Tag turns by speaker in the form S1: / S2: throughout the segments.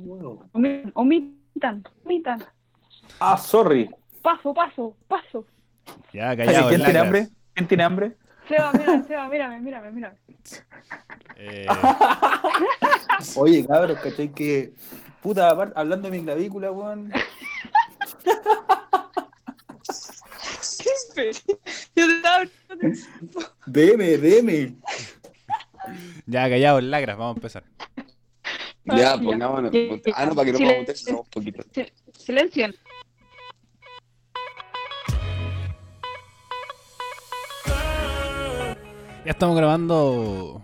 S1: Omitan, omitan, omitan.
S2: Ah, sorry.
S1: Paso, paso, paso.
S3: Ya,
S2: Oye, ¿Quién
S3: callado.
S2: tiene
S3: lacras.
S2: hambre? ¿Quién tiene hambre?
S1: Seba, mira, Seba, mírame, mírame, mírame.
S3: Eh,
S2: Oye, cabros, ¿cachai? Que. Puta, apar- hablando de mi clavícula, weón.
S4: ¿Qué esperé? Yo te estaba hablando de-
S2: Deme, deme.
S3: ya, callado, lacras, vamos a empezar.
S1: Ah,
S5: Ya, pues,
S1: ya.
S5: pongámonos.
S1: Ya, ya.
S5: Ah, no, para que no
S1: Sí,
S5: podamos
S1: le-
S5: montar si somos poquitos.
S1: Sil- Silencio.
S3: Ya estamos grabando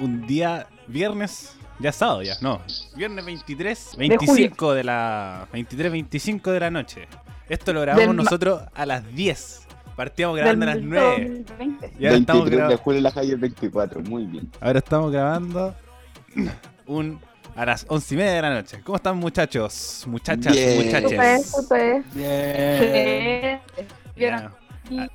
S3: un día viernes, ya sábado ya, no, viernes 23,
S1: julio.
S3: 25 de, la 23 25 de la noche. Esto lo grabamos
S1: Del ma-
S3: nosotros a las 10. Partíamos grabando a las
S1: Del
S3: 9.
S1: 2020.
S3: Y ahora estamos,
S5: 23 de
S3: grabando,
S5: julio la calle 24. Muy bien.
S3: ahora estamos grabando un a las 11 y media de la noche. ¿Cómo están muchachos? Muchachas,
S5: Bien.
S3: muchaches.
S1: Súper, súper.
S2: Bien.
S1: Sí. Vieron.
S3: Ya. Ah,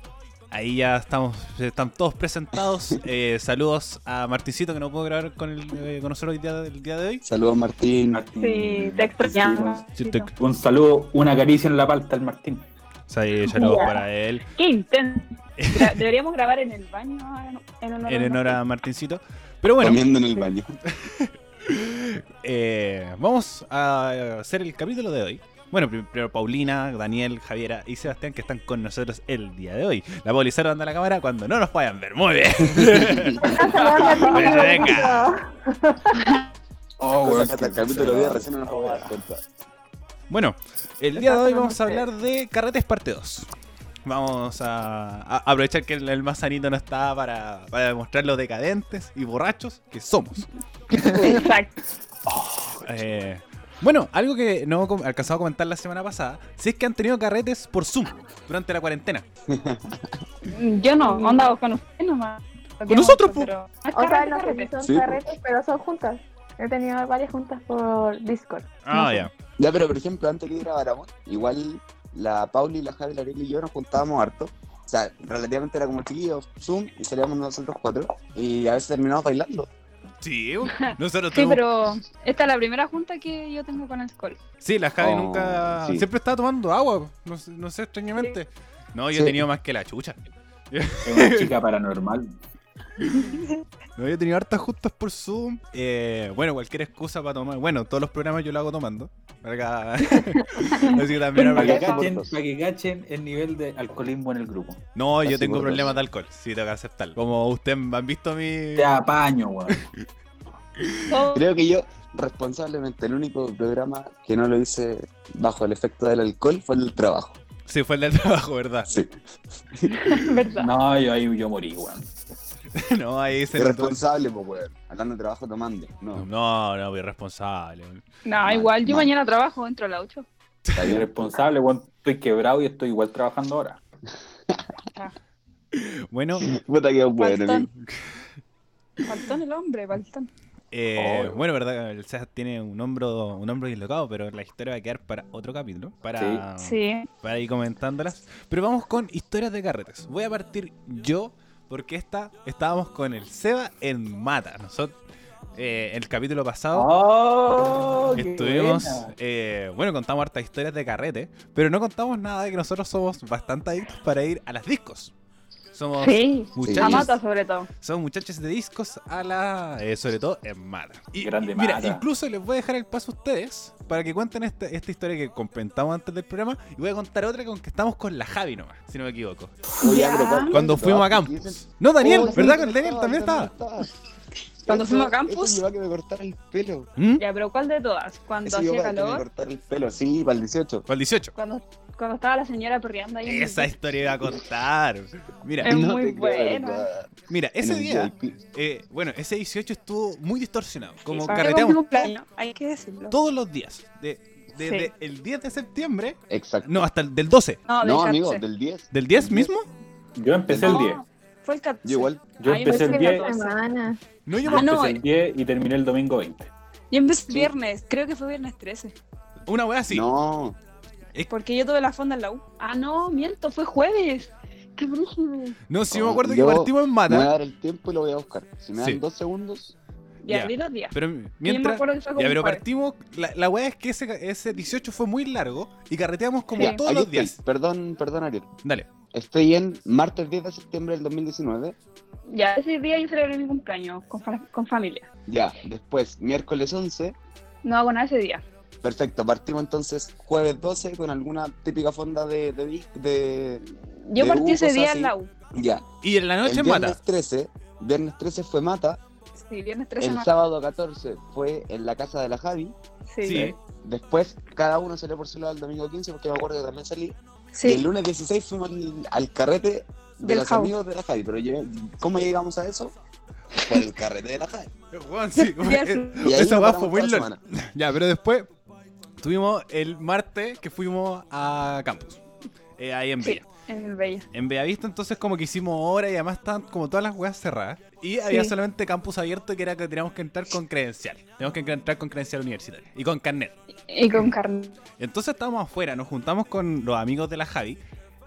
S3: Ahí ya estamos, están todos presentados. Eh, saludos a Martincito que no pudo grabar con, el, eh, con nosotros el día, el día de hoy.
S5: Saludos, Martín.
S1: Sí, te extrañamos.
S3: Siento que-
S2: Un saludo, una caricia en la palta al Martín.
S3: Sí, eh, saludos
S1: Ya.
S3: para él.
S1: Qué intenso. Gra- Deberíamos grabar en el baño en- en honor,
S3: En
S1: a-
S3: honor a Martincito. Pero bueno,
S5: Comiendo en el baño.
S3: eh, vamos a hacer el capítulo de hoy. Bueno, primero Paulina, Daniel, Javiera y Sebastián que están con nosotros el día de hoy. La policía anda a la cámara cuando no nos vayan a ver. Muy bien. Pero venga.
S2: Oh, weón.
S5: Hasta el capítulo 10 recién no nos vamos a dar cuenta.
S3: Bueno, el día de hoy vamos a hablar de Carretes Parte 2. Vamos a, a aprovechar que el, el más sanito no está para, para demostrar los decadentes y borrachos que somos.
S1: Exacto.
S3: Eh, bueno, algo que no com- alcanzaba a comentar la semana pasada, si es que han tenido carretes por Zoom durante la cuarentena.
S1: Yo no, onda con ustedes nomás. Con
S3: nosotros, po.
S6: O sea, no sé si son
S5: Sí, pues.
S6: carretes, pero son juntas. He tenido varias juntas por Discord.
S3: Ah, ya.
S5: Ya, pero por ejemplo, antes de ir a Barabón, igual la Pauli, la Javi, la Ariel y yo nos juntábamos harto. O sea, relativamente era como chiquillos, Zoom, y salíamos nosotros cuatro. Y a veces terminábamos bailando.
S3: Sí, nosotros
S1: Sí,
S3: tuvimos-
S1: pero esta es la primera junta que yo tengo con el Skull.
S3: Sí, la Javi
S5: Oh,
S3: nunca...
S5: sí.
S3: Siempre estaba tomando agua, no, sé- no sé, extrañamente. No, yo he
S5: Sí.
S3: tenido más que la chucha.
S2: Es una chica paranormal.
S3: No, yo he tenido hartas justas por Zoom. Eh, bueno, cualquier excusa para tomar... Bueno, todos los programas yo lo hago tomando. Para acá- Así que también habrá-
S2: Para que
S5: Por
S2: cachen,
S5: dos.
S2: para que cachen el nivel de alcoholismo en el grupo.
S3: No, yo
S5: Así
S3: tengo
S5: por dos.
S3: problemas de alcohol, sí, tengo que aceptarlo. Como ustedes han visto mi...
S2: Te apaño, weón.
S5: Creo que yo, responsablemente, el único programa que no lo hice bajo el efecto del alcohol fue el del trabajo.
S3: Sí, fue el del trabajo, ¿verdad?
S5: Sí.
S1: ¿Verdad?
S2: No, yo ahí yo morí, weón.
S3: No, ahí se...
S5: Irresponsable, pues, weón. Hablando de trabajo, tomando. No,
S3: No, no, irresponsable.
S1: No, igual yo
S5: Mal.
S1: mañana trabajo dentro de la 8.
S5: está
S2: Soy
S5: bien.
S2: responsable, weón. Estoy quebrado y estoy igual trabajando ahora.
S3: Bueno,
S5: Puta que bueno,
S1: Faltón.
S5: amigo.
S1: Faltón el hombre, faltón.
S3: eh,
S2: Oh.
S3: bueno, verdad, el César tiene un hombro, un hombro dislocado, pero la historia va a quedar para otro capítulo, para,
S1: Sí.
S3: para ir comentándolas. Pero vamos con historias de carretes. Voy a partir yo, porque esta estábamos con el Seba en Mata. Nosotros, eh, el capítulo pasado
S2: Oh, qué
S3: estuvimos,
S2: buena.
S3: eh, bueno, contamos hartas historias de carrete, pero no contamos nada de que nosotros somos bastante adictos para ir a las discos. Somos
S1: Sí. A
S3: muchachos.
S1: Mata sobre todo.
S3: Son muchachos de discos a la. eh, sobre todo en Mata. Y,
S2: Grande
S3: y mira,
S2: Mata.
S3: incluso les voy a dejar el paso a ustedes para que cuenten esta, esta historia que comentamos antes del programa. Y voy a contar otra con que estamos con la Javi nomás, si no me equivoco.
S5: Oye, pero ¿cuál-
S3: Cuando
S5: cuál
S3: fuimos a
S5: trabajo que
S3: Campus.
S5: dicen?
S3: No, Daniel,
S5: Oh, sí,
S3: ¿verdad?
S5: yo
S3: Con Daniel también
S5: yo
S3: estaba.
S1: Cuando
S5: Eso-
S1: fuimos a Campus.
S5: Eso llevó a que me cortara el pelo.
S3: ¿Mm?
S1: Ya, pero ¿cuál de todas? Cuando
S5: Eso llevó
S1: hacía
S5: a que me
S1: calor,
S5: cortara el pelo, sí, para el 18.
S3: Con el 18.
S1: cuando, cuando estaba la señora perreando ahí. en el-
S3: Esa historia iba a contar. Mira,
S1: Es
S5: No
S1: muy
S5: te creo,
S1: buena.
S5: ¿verdad?
S3: mira, ese
S5: En el
S3: día,
S5: VIP.
S3: eh, bueno, ese 18 estuvo muy distorsionado. Como
S1: Fue mi
S3: carreteamos
S1: cumpleaños, Hay que decirlo.
S3: todos los días. De, desde
S1: Sí.
S3: el 10 de septiembre.
S5: Exacto.
S3: No, hasta el del 12.
S1: No,
S5: No,
S1: del
S5: amigo,
S1: 14.
S5: del 10.
S3: ¿Del 10 mismo?
S2: Yo empecé el
S1: No,
S2: 10.
S1: Fue el 14.
S5: Yo igual.
S2: Yo
S6: Pues
S1: Ay,
S2: empecé el
S1: me siento
S2: 10.
S1: mal.
S6: Semana.
S3: No, yo
S1: Ah, no,
S2: empecé el 10 y terminé el domingo 20.
S1: Yo empecé
S5: Sí.
S1: viernes, creo que fue viernes 13.
S3: Una wea así.
S5: No.
S1: Porque yo tuve la fonda en la U. Ah, no, miento, fue jueves. Qué brígido.
S3: No, si yo
S5: Como
S3: me acuerdo que
S5: yo-
S3: partimos en
S5: Me voy a
S3: Mata.
S5: dar el tiempo y lo voy a buscar. Si me dan
S3: Ah, Sí.
S5: dos segundos,
S1: Ya,
S3: Ya.
S1: di los días.
S3: Pero
S1: Y yo me
S3: mientras.
S1: acuerdo que fue como
S3: Ya,
S1: un
S3: pero
S1: jueves.
S3: partimos. La, la weá es que ese, ese 18 fue muy largo y carreteamos como
S1: Sí.
S3: todos
S5: Aquí
S3: los
S5: estoy.
S3: días.
S5: Perdón, perdón, Ariel.
S3: Dale.
S5: Estoy en martes 10 de septiembre del 2019.
S1: Ya, ese día yo celebré mi cumpleaños con, fa- con familia.
S5: Ya, después, miércoles 11.
S1: No hago nada ese día.
S5: Perfecto, partimos entonces jueves 12 con alguna típica fonda de... de, di- de-
S1: Yo
S5: De
S1: partí
S5: U,
S1: ese
S5: cosas
S1: día
S5: así.
S1: en la U.
S5: ya.
S3: Y en la noche
S5: el
S3: mata.
S5: viernes 13, viernes 13 fue Mata,
S1: Sí, viernes 13
S5: el
S1: más.
S5: sábado 14 fue en la casa de la Javi,
S1: Sí.
S3: Sí.
S5: después cada uno salió por su lado el domingo 15 porque me acuerdo que también salí, y el
S6: Sí,
S5: lunes 16 fuimos al, al carrete de
S1: Del
S5: los
S1: Jau.
S5: amigos de la Javi, pero yo- ¿cómo llegamos a eso? Por el carrete de la Javi.
S3: Weón, sí, como
S1: Ya,
S3: que-
S1: sí.
S5: Y ahí
S3: Esa
S5: nos
S3: weá
S5: paramos
S3: fue muy
S5: toda la
S3: lol.
S5: semana.
S3: Ya, pero después tuvimos el martes que fuimos a campus. eh, ahí en
S1: Sí.
S3: Bella.
S1: En el Bella.
S3: En Bellavista entonces como que hicimos hora y además estaban como todas las weas cerradas. Y había
S1: Sí.
S3: solamente campus abierto que era que teníamos que entrar con credencial. Teníamos que entrar con credencial universitaria y con carnet.
S1: Y con carne.
S3: Entonces estábamos afuera, nos juntamos con los amigos de la Javi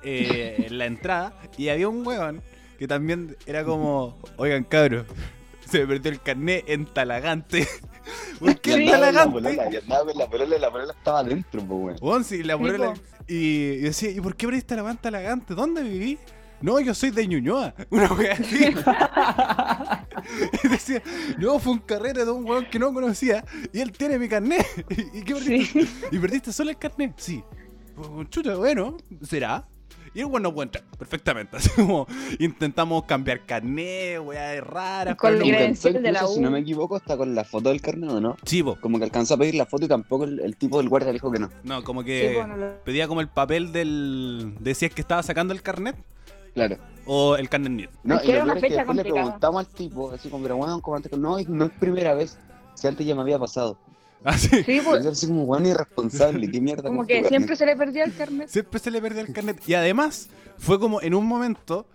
S3: eh, en la entrada y había un weón que también era como, oigan cabros, se me perdió el carnet en Talagante. ¿Por qué
S5: Y
S3: en
S5: andaba con pues, la
S3: Talagante?
S5: polola, y andaba con la polola, y la polola estaba adentro, pues, weón.
S3: Weón, sí, la
S1: Sí,
S3: polola-
S1: po.
S3: Y yo decía, ¿y por qué perdiste la manta lagante? ¿Dónde viví? No, yo soy de Ñuñoa. Una wea así. y decía, no, fue un carrete de un weón que no conocía y él tiene mi carnet. ¿Y, y qué perdiste?
S1: Sí.
S3: ¿Y perdiste solo el carnet? Sí. Pues, Chuta, bueno, será. Y el weón no puede entrar, perfectamente. Así como intentamos cambiar carnet, weá rara.
S1: Con
S5: Lo
S1: la
S5: intentó
S1: credencial de la
S5: incluso,
S1: U.
S5: Si no me equivoco, está con la foto del carnet, ¿o no?
S3: Chivo,
S5: Como que alcanzó a pedir la foto y tampoco el, el tipo del guardia le dijo que no.
S3: no, como
S1: Sí,
S3: que
S1: bueno, pues, lo-
S3: pedía como el papel del. de si es que estaba sacando el carnet
S5: Claro.
S3: o el carnet new.
S5: No,
S1: Es que era
S5: lo
S1: una
S5: peor es que
S1: fecha
S5: después le
S1: complicada.
S5: preguntamos al tipo, así como, pero bueno, como antes, no, es- no es primera vez. Si antes ya me había pasado.
S3: Así.
S1: Sí,
S5: Yo
S1: pues,
S5: era así como, bueno, irresponsable, qué mierda.
S1: como
S5: con
S1: que
S5: tu
S1: siempre
S5: carnet.
S1: se le perdía el carnet.
S3: Siempre se le perdió el carnet. Y además, fue como en un momento,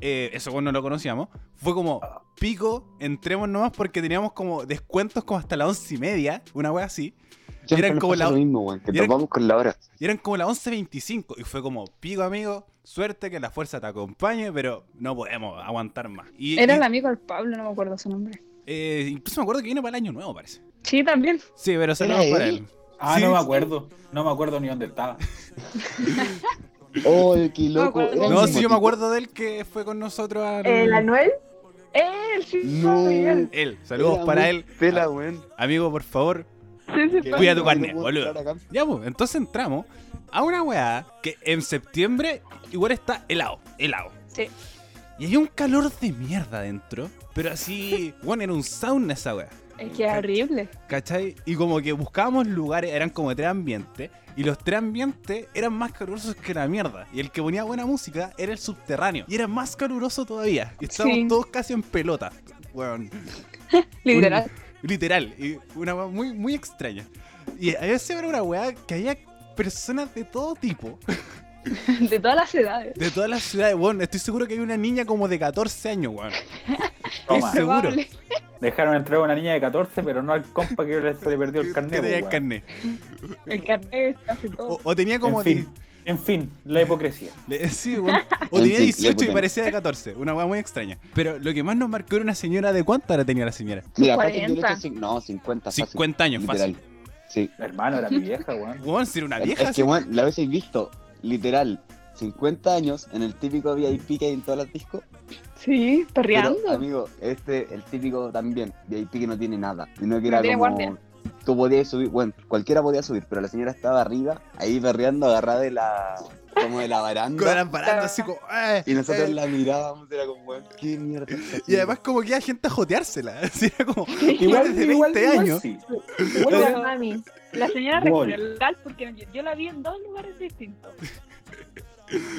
S3: eh, eso bueno no lo conocíamos, fue como pico, entremos nomás porque teníamos como descuentos como hasta las once y media, una wea así.
S5: Siempre
S3: eran
S5: nos
S3: como
S5: pasa
S3: la-
S5: lo mismo, weón, que
S3: eran-
S5: nos vamos con la hora.
S3: Y eran como las 11.25. Y fue como, pico amigo, suerte que la fuerza te acompañe, pero no podemos aguantar más. Y,
S1: Era
S3: y,
S1: el amigo del Pablo, no me acuerdo su nombre.
S3: eh, incluso me acuerdo que vino para el año nuevo, parece.
S1: Sí, también.
S3: Sí, pero salimos
S5: ¿Era
S3: para
S5: él?
S3: él.
S2: Ah,
S3: Sí.
S2: no me acuerdo. No me acuerdo ni dónde estaba.
S5: Oh, el que
S1: No,
S5: loco.
S1: cuando-
S5: era el
S3: No,
S5: mismo
S3: sí, yo me
S5: tipo.
S3: acuerdo de él que fue con nosotros al...
S6: el Anuel,
S1: Él, sí,
S5: No.
S1: fue él.
S3: Él, saludos
S5: Era
S3: para
S5: muy
S3: él.
S5: Tela, weón.
S3: Amigo, por favor,
S1: Sí, sí,
S5: Que
S1: fue
S3: Cuida
S5: no,
S3: tu
S5: no
S3: carnet,
S5: puedo
S3: boludo.
S5: entrar acá.
S3: Ya, pues, entonces entramos a una weá que en septiembre igual está helado, helado.
S1: Sí.
S3: Y hay un calor de mierda adentro, pero así, bueno, era un sauna esa weá.
S1: Es que es horrible.
S3: ¿Cachai? Y como que buscábamos lugares, eran como tres ambientes, y los tres ambientes eran más calurosos que la mierda. Y el que ponía buena música era el subterráneo, y era más caluroso todavía. Y estábamos
S1: Sí.
S3: todos casi en pelota. Weón.
S1: Literal.
S3: Literal, y una weá muy, muy extraña. Y a veces era una weá que había personas de todo tipo,
S1: De todas las edades.
S3: de todas las ciudades. Bueno, estoy seguro que hay una niña como de 14 años, weón.
S2: Toma.
S3: Seguro.
S1: Probable.
S2: Dejaron entrar a una niña de 14, pero no al compa que le- se le perdió el
S3: Que
S2: carnet.
S3: tenía
S2: pues,
S3: el
S2: weón.
S3: carnet.
S1: El carnet casi todo.
S3: O, o tenía como.
S2: En fin, en fin, la hipocresía.
S3: Le- sí, weón. O
S5: En
S3: tenía
S5: fin,
S3: 18 y
S5: le-
S3: parecía de 14. Una weá muy extraña. Pero lo que más nos marcó era una señora de cuánta hora tenía la señora.
S5: Mira, aparte
S1: 40.
S5: yo le eché cin- No, 50. fácil,
S3: 50 años, fácil.
S5: Literal. Sí.
S2: La hermano era mi vieja, weón.
S3: Weón, si era una vieja.
S5: Es que,
S3: sí.
S5: weón, la habéis visto, literal, 50 años en el típico VIP que hay en todas las discos.
S1: Sí,
S5: Pero,
S1: perreando.
S5: amigo, este, el típico también, VIP que no tiene nada. Y no que
S1: No
S5: era
S1: tiene
S5: como...
S1: guardia.
S5: Tú podías subir, bueno, cualquiera podía subir, pero la señora estaba arriba, ahí berreando, agarrada de la... como de la
S3: Con
S5: baranda.
S3: la parando así como. "Eh,
S5: Y nosotros
S3: eh".
S5: la mirábamos, era como, weón, qué mierda. está
S3: Y
S5: haciendo?
S3: además, como que había gente a joteársela. Así era como. Igual de 20 años.
S2: sí.
S6: Hola,
S1: Pero-
S6: mami.
S1: La señora
S2: Gol.
S1: regional, porque yo- yo la vi en dos lugares distintos.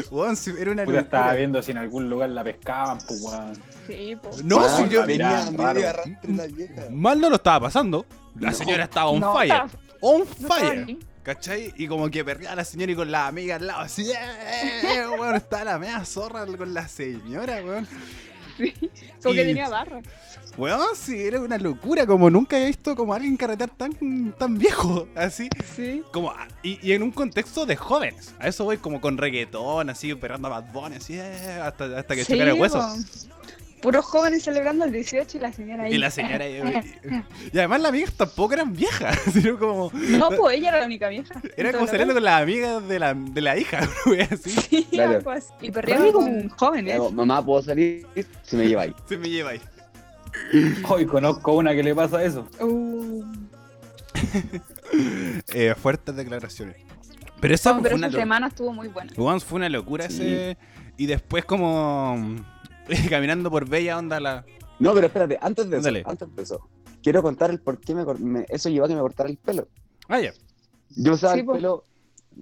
S3: Weón, si era una.
S2: Puta, estaba
S3: locura.
S2: viendo si en algún lugar la pescaban, pues, weón.
S1: Sí, pues.
S3: No,
S5: Ah,
S3: si yo.
S5: venía
S2: Mirá,
S5: medio
S2: raro.
S5: arrastre la vieja.
S3: Mal no lo estaba pasando. La
S5: No.
S3: señora estaba on
S1: No,
S3: fire.
S1: estaba-
S3: On
S1: no estaba
S3: fire.
S1: ni-
S3: ¿Cachai? Y como que perreaba a la señora y con la amiga al lado, así, ¡eh! eh, eh", weón, estaba la media zorra con la señora, weón.
S1: Como
S3: Y-
S1: que tenía barra.
S3: Weón, sí, era una locura, como nunca he visto como a alguien carretear tan, tan viejo, así.
S1: Sí.
S3: Como, a- y, y en un contexto de jóvenes. A eso voy como con reggaetón, así, perrando a Bad Bunny, así, ¡eh! hasta, hasta que
S1: Sí,
S3: chocara huesos.
S1: po. Puros jóvenes celebrando el 18 y la señora ahí.
S3: Y la señora. Y y además las amigas tampoco eran viejas, sino como.
S1: No, pues ella era la única vieja.
S3: Era como saliendo con las amigas de la, de la hija, una wea así.
S1: Sí,
S5: Claro.
S1: algo así. Y perreaba con jóvenes.
S5: Digo, Mamá, ¿puedo salir? Si me lleváis.
S3: Se me lleva ahí.
S2: Hoy conozco una que le pasa eso.
S1: Uh,
S3: Eh, fuertes declaraciones. Pero esa
S1: no,
S3: fue
S1: pero
S3: una
S1: esa
S3: locura.
S1: semana estuvo muy buena.
S3: Weón, fue una locura
S5: Sí.
S3: ese. Y después, como. eh, caminando por Bella Onda, la.
S5: No, pero espérate, antes de eso,
S3: Dale.
S5: antes de eso, quiero contar el por qué me, cor- me- eso llevó a que me cortara el pelo.
S3: Ah, ya.
S5: Yo usaba
S1: Sí,
S5: el
S1: po.
S5: pelo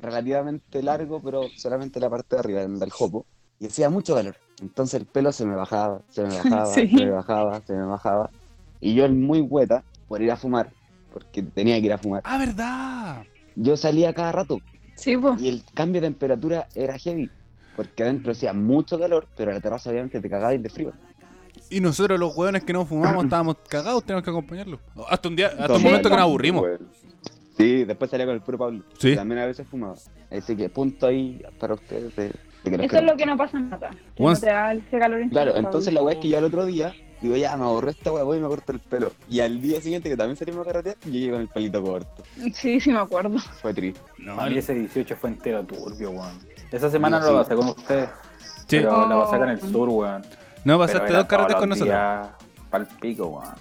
S5: relativamente largo, pero solamente la parte de arriba, donde el jopo, y hacía mucho calor. Entonces el pelo se me bajaba, se me bajaba,
S1: Sí.
S5: se me bajaba, se me bajaba. Y yo, muy hueta, por ir a fumar, porque tenía que ir a fumar,
S3: Ah, verdad.
S5: yo salía cada rato
S1: Sí, pues.
S5: y el cambio de temperatura era heavy, porque adentro hacía mucho calor, pero la terraza obviamente te cagaba y de frío.
S3: Y nosotros, los hueones que no fumábamos, estábamos cagados, tenemos que acompañarlo. Hasta un día, hasta un
S5: Totalmente,
S3: momento que nos aburrimos.
S5: weón. Sí, después salía con el puro Pablo.
S3: Sí.
S5: También a veces fumaba. Así que punto ahí para ustedes de, de que los
S1: Eso es
S5: quiero.
S1: lo que no pasa en Mata. que
S3: Once-
S1: No te da ese calor en
S5: Claro,
S1: Santa
S5: entonces la weá es que yo al otro día digo, ya me aburré esta weá, voy y me corto el pelo. Y al día siguiente que también salimos a carretear, yo llegué con el pelito corto.
S1: Paula. Sí, sí, me acuerdo.
S5: Fue triste.
S3: No,
S2: A mí ese 18 fue entero turbio, weón. Esa semana
S5: Sí.
S2: no la pasé con ustedes,
S3: sí.
S2: pero la pasé acá en el sur, weón.
S3: no pasaste Oh. Pues dos carretes con nosotros.
S2: Pal pico, weón.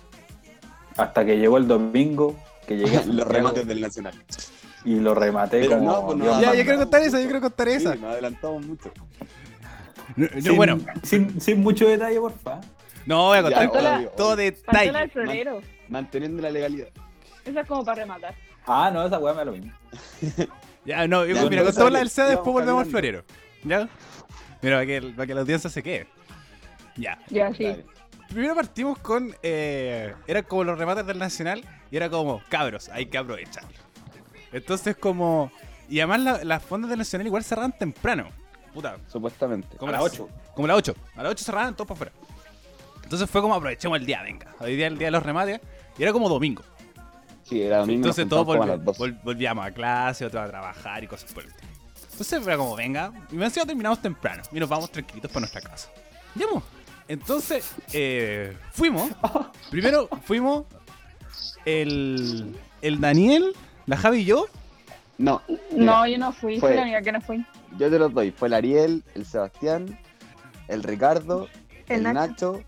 S2: Hasta que llegó el domingo, que llegué a
S5: Los
S2: Santiago
S5: remates del Nacional.
S2: y lo rematé
S5: Pero
S2: como
S5: no, pues no.
S2: Dios
S5: Ya,
S3: Ya,
S2: manda.
S3: yo quiero contar esa, yo quiero contar
S5: Sí,
S3: esa.
S5: nos adelantamos mucho.
S3: No, no,
S2: Sin-
S3: bueno,
S2: sin, sin mucho detalle, porfa.
S3: no voy a contar
S5: Ya,
S3: con
S5: obvio,
S3: todo
S5: obvio.
S1: Faltó la
S3: detalle.
S1: del florero.
S5: Manteniendo la legalidad.
S1: Esa es como para rematar.
S2: Ah, no, esa weá me da lo mismo.
S3: Ya, no, yo-
S5: Ya,
S3: mira,
S5: no,
S3: contamos
S5: dale,
S3: la del SEA,
S5: ya,
S3: después volvemos al florero.
S5: caminando.
S3: ¿Ya? Mira, para que, para que la audiencia se quede. Ya.
S1: Ya, sí.
S5: Dale.
S3: Primero partimos con. Eh, eran como los remates del Nacional y era como, cabros, hay que aprovecharlo. Entonces, como. Y además, la- las fondas del Nacional igual cerraban temprano. Puta,
S5: Supuestamente.
S3: como
S2: A las 8.
S3: Como las 8. A las 8 cerraban todos para afuera. Entonces fue como aprovechemos el día, venga. Hoy día es el día de los remates y era como domingo.
S5: Sí, era domingo. nos
S3: Entonces todos
S5: juntamos como a
S3: volvi-
S5: las dos.
S3: vol- volvíamos a clase, otros a trabajar y cosas por el estilo. Entonces era como, venga, y me encima terminamos temprano y nos vamos tranquilitos para nuestra casa. Llamó. Entonces, eh, fuimos. Primero fuimos el, el Daniel, la Javi y yo.
S5: No,
S1: No, yo no fui,
S5: Fue.
S1: fui la única que no fui.
S5: Yo te los doy. Fue el Ariel, el Sebastián, el Ricardo, el,
S6: El
S5: Nacho.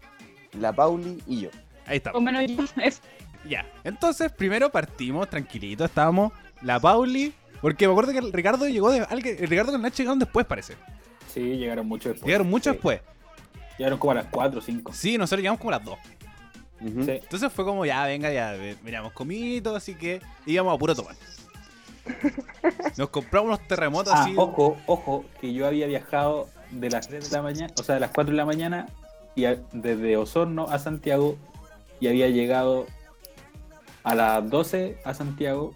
S5: la Pauli y yo.
S3: Ahí está.
S1: O menos yo. Es-
S3: Ya. Entonces, primero partimos tranquilitos, estábamos la Pauli. Porque me acuerdo que el Ricardo llegó de. alguien- El Ricardo con Nacho llegaron después, parece.
S2: Sí, llegaron mucho después.
S3: Llegaron mucho
S2: Sí.
S3: después.
S2: Llegaron como a las 4 o 5.
S3: Sí, nosotros llegamos como a las dos.
S5: Ujú.
S2: Sí.
S3: Entonces fue como, ya, venga, ya, ve- miramos comitos, así que íbamos a puro tomar. Nos compramos unos terremotos
S2: Ah,
S3: así.
S2: ojo, ojo, que yo había viajado de las 3 de la mañana, o sea, de las 4 de la mañana, y a- desde Osorno a Santiago, y había llegado a las 12 a Santiago,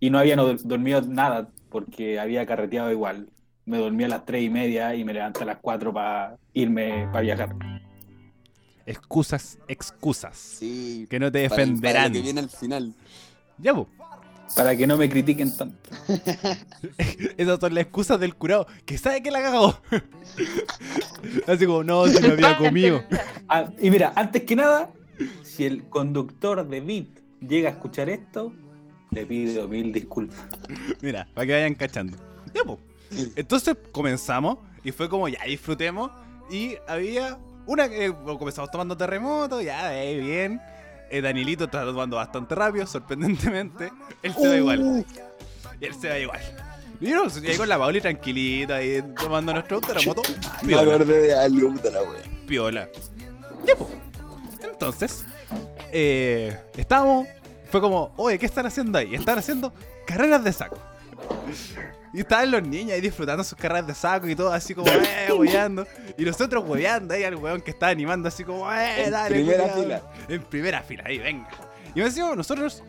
S2: y no había no- dormido nada, porque había carreteado igual. Me dormí a las 3 y media y me levanté a las 4 para irme, para viajar.
S3: Excusas, excusas.
S5: Sí.
S3: Que no te
S5: para el- para
S3: defenderán.
S5: lo que viene al final.
S3: Ya, po.
S2: Para que no me critiquen tanto.
S3: Esas son las excusas del curado, que sabe que la cagó. así como, no, si me había comido.
S2: Ah, y mira, antes que nada, si el conductor de Bit llega a escuchar esto, le pido mil disculpas.
S3: Mira, para que vayan cachando. Ya, po. Entonces comenzamos y fue como ya disfrutemos. Y había una que eh, bueno, comenzamos tomando terremoto, ya, eh, bien. Eh, Danilito está tomando bastante rápido, sorprendentemente. Él se va igual. Y él se va igual. Y yo no, ahí con la Pauli tranquilita ahí tomando nuestro terremoto.
S5: Me
S3: Piola,
S5: acordé de algo, puta la wea.
S3: piola. Ya, po. Entonces, eh, estábamos. Fue como, oye, ¿qué están haciendo ahí? Están haciendo carreras de saco. Y estaban los niños ahí disfrutando sus carreras de saco y todo así como, eh, hueveando. Y nosotros hueveando ahí al hueón que estaba animando así como, eh,
S5: En
S3: dale.
S5: primera
S3: culiao".
S5: fila.
S3: En primera fila, ahí, venga. Y me decimos, nosotros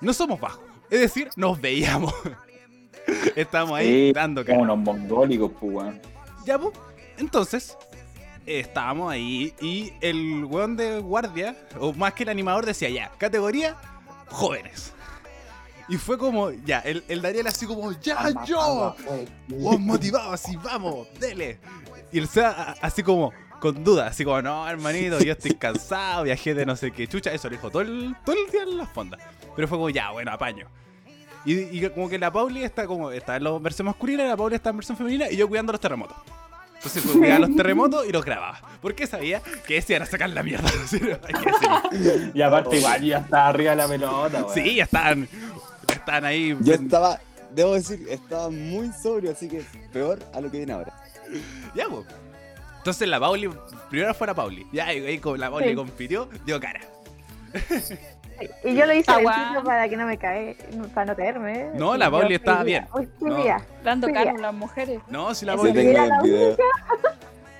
S3: no somos bajos. Es decir, nos veíamos. Estábamos ahí
S2: Sí,
S3: dando
S2: Como
S3: cara.
S2: unos mongólicos, pues, weón.
S3: Ya, po. Entonces, eh, estábamos ahí y el weón de guardia, o más que el animador, decía ya, categoría jóvenes. Y fue como, ya, el, el Daniel así como, ya, yo, weón motivado, así, vamos, dele. Y el Seba a- así como, con dudas, así como, no, hermanito, yo estoy cansado, viajé de no sé qué chucha, eso lo dijo todo el, todo el día en las fondas. Pero fue como, ya, bueno, apaño. Y, y como que la Pauli está como está en la versión masculina, la Pauli está en versión femenina y yo cuidando los terremotos. Entonces pues, cuidaba los terremotos y los grababa. Porque sabía que ese iban a sacar la mierda. Sí, hay que decirlo.
S2: Y aparte, igual ya está arriba de la pelota, weón.
S3: Oh. Sí, ya estaban, ya estaban ahí.
S5: Yo estaba, debo decir, estaba muy sobrio, así que peor a lo que viene ahora.
S3: Ya, po. Entonces la Pauli, primero fue la Pauli. Ya, y ahí con la Pauli compitió, dio cara.
S6: Y yo lo hice al
S1: Agua.
S6: principio para que no me cae, para no caerme.
S3: No, la Pauli estaba bien.
S6: Hoy
S3: No.
S6: día.
S1: Dando
S6: Sí,
S1: cara
S6: ya.
S1: a las mujeres.
S3: No, si la
S5: Yo
S6: Eso
S3: Pauli.
S6: sí.
S5: tengo
S6: Mira
S5: el
S6: la
S5: video.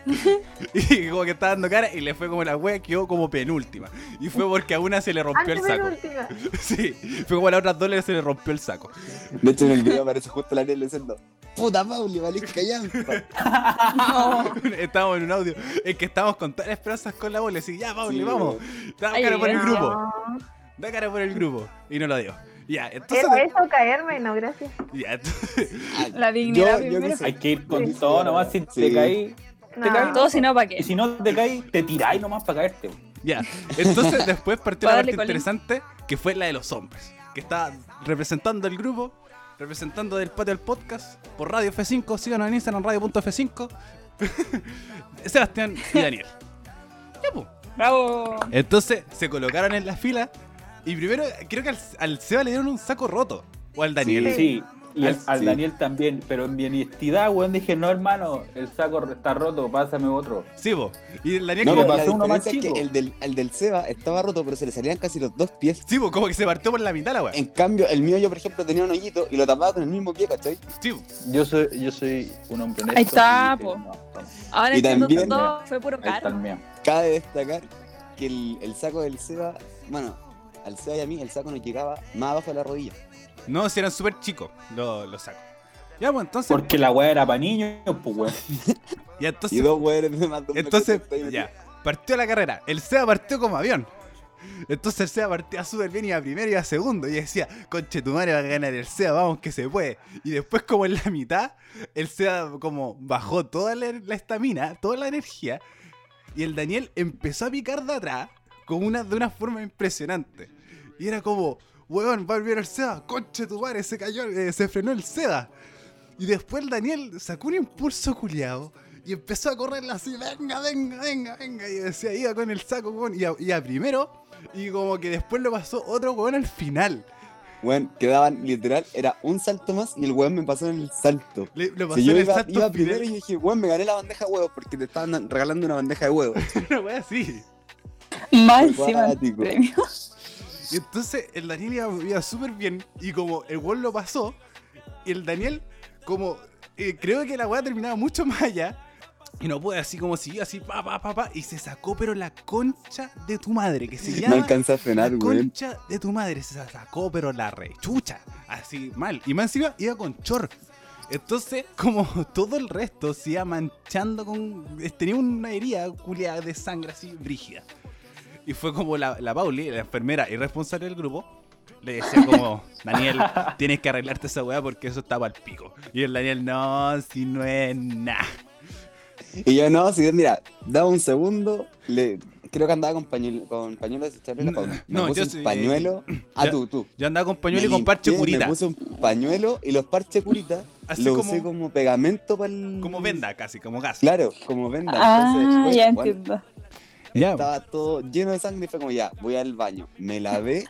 S3: Y como que estaba dando cara y le fue como la wea, quedó como penúltima. Y fue porque a una se le rompió el
S6: Antes de la
S3: saco.
S6: última.
S3: Sí, fue como a las otras dos le- se le rompió el saco.
S5: De hecho, en el video aparece justo la Ariel diciendo: Puta Pauli, valís callampa.
S3: estábamos en un audio en que estábamos con todas las esperanzas con la bola. Y ya, Pauli,
S5: Sí,
S3: vamos. Da
S1: Ay,
S3: cara por el
S1: no.
S3: grupo.
S6: No.
S3: Da cara por el grupo. Y no lo dio. Ya, entonces.
S6: Pero eso caerme, no, gracias.
S3: ya, entonces-
S1: La dignidad
S5: yo
S1: primero.
S5: qué sé.
S2: Hay que ir con
S5: Sí.
S2: todo nomás si
S5: Sí.
S2: te caí.
S6: No.
S2: caí?
S1: Todo si no, ¿para
S2: Y
S1: qué?
S2: si no te caí, te tiráis nomás para caerte. weón.
S3: ya. Entonces después partió la
S1: Para darle
S3: parte
S1: colín.
S3: interesante que fue la de los hombres. Que está representando el grupo, representando del patio del podcast por Radio F5. Síganos en Instagram, radio.f5. Sebastián y Daniel. Ya, pues.
S1: Bravo.
S3: Entonces se colocaron en la fila y primero creo que al, al Seba le dieron un saco roto. O al Daniel.
S5: Sí.
S2: Sí, y al, al
S5: Sí.
S2: Daniel también, pero en mi honestidad, weón, dije, no, hermano, el saco está roto, pásame otro.
S3: Sí, po. Y el Daniel
S5: No,
S3: como,
S5: pero la
S2: pasó uno más
S5: diferencia es
S2: chico.
S5: que el del, el del Seba estaba roto, pero se le salían casi los dos pies.
S3: sí, po, como que se partió por la mitad la weá.
S5: En cambio, el mío yo, por ejemplo, tenía un hoyito y lo tapaba con el mismo pie, ¿cachai?
S3: Sí, po.
S2: Yo soy, yo soy un hombre honesto.
S1: Ahí está,
S2: y-
S1: po.
S2: no, toma,
S1: Ahora
S5: Y
S1: entiendo
S5: también-
S1: todo. Fue puro
S2: ahí está el
S1: caro.
S2: mío.
S5: Cabe destacar que el, el saco del Seba, bueno, al Seba y a mí, el saco nos llegaba más abajo de la rodilla.
S3: No, si eran súper chicos los los sacos. Ya, pues entonces.
S2: Porque la weá era para niños, pues weón.
S3: Ya,
S5: Y
S3: entonces.
S5: dos hueones de más de un metro
S3: Entonces,
S5: setenta y uno.
S3: ya. Partió la carrera. El SEA partió como avión. Entonces el SEA partía súper bien, iba primero, iba segundo. Y decía, conche, tu madre va a ganar el SEA, vamos que se puede. Y después, como en la mitad, el SEA como bajó toda la la estamina, toda la energía. Y el Daniel empezó a picar de atrás con una, de una forma impresionante. Y era como, weón, va a volver el SEA, conche, tu madre, se cayó, eh, se frenó el SEA. Y después el Daniel sacó un impulso culiado y empezó a correrla así, venga, venga, venga, venga. Y decía, iba con el saco, weón, y a, y a primero. Y como que después lo pasó otro weón al final.
S5: Weón, quedaban literal, era un salto más y el weón me pasó en el salto.
S3: Le, lo pasó
S5: Si yo
S3: en el
S5: iba,
S3: salto
S5: iba
S3: final,
S5: primero y dije, weón, me gané la bandeja de huevos porque te estaban dan- regalando una bandeja de huevos.
S3: una wea así.
S1: Más encima del
S5: Acuático.
S1: premio.
S3: Y entonces el Daniel iba, iba súper bien. Y como el weón lo pasó, y el Daniel, como eh, creo que la weá terminaba mucho más allá. Y no pude así como siguió así, pa, pa, pa, pa. Y se sacó, pero la concha de tu madre, que se
S5: No
S3: llama.
S5: alcanza a frenar,
S3: La
S5: weón.
S3: concha de tu madre se sacó, pero la rechucha. Así mal. Y más encima iba con chor. Entonces, como todo el resto se iba manchando con. tenía una herida culiada de sangre así brígida. Y fue como la, la Pauli, la enfermera irresponsable del grupo, le decía como, Daniel, tienes que arreglarte esa weá porque eso estaba al pico. Y el Daniel, no, si no es nada.
S5: Y yo no, si mira, daba un segundo, le, creo que andaba con pañuelo, con pañuelo de secretario de la Paula. Me
S3: No,
S5: puse
S3: yo
S5: un
S3: sí,
S5: pañuelo. Ah,
S3: yo-
S5: tú, tú.
S3: Yo andaba con pañuelo
S5: Me
S3: y con parche
S5: limpié,
S3: curita.
S5: Me puse un pañuelo y los parches curitas
S3: Así
S5: los
S3: como-
S5: usé como pegamento para el.
S3: Como venda casi, como gas.
S5: Claro, como venda.
S1: Ah,
S5: Entonces,
S1: ya
S5: bueno,
S1: entiendo.
S3: Ya.
S5: estaba todo lleno de sangre y fue como ya, voy al baño. Me lavé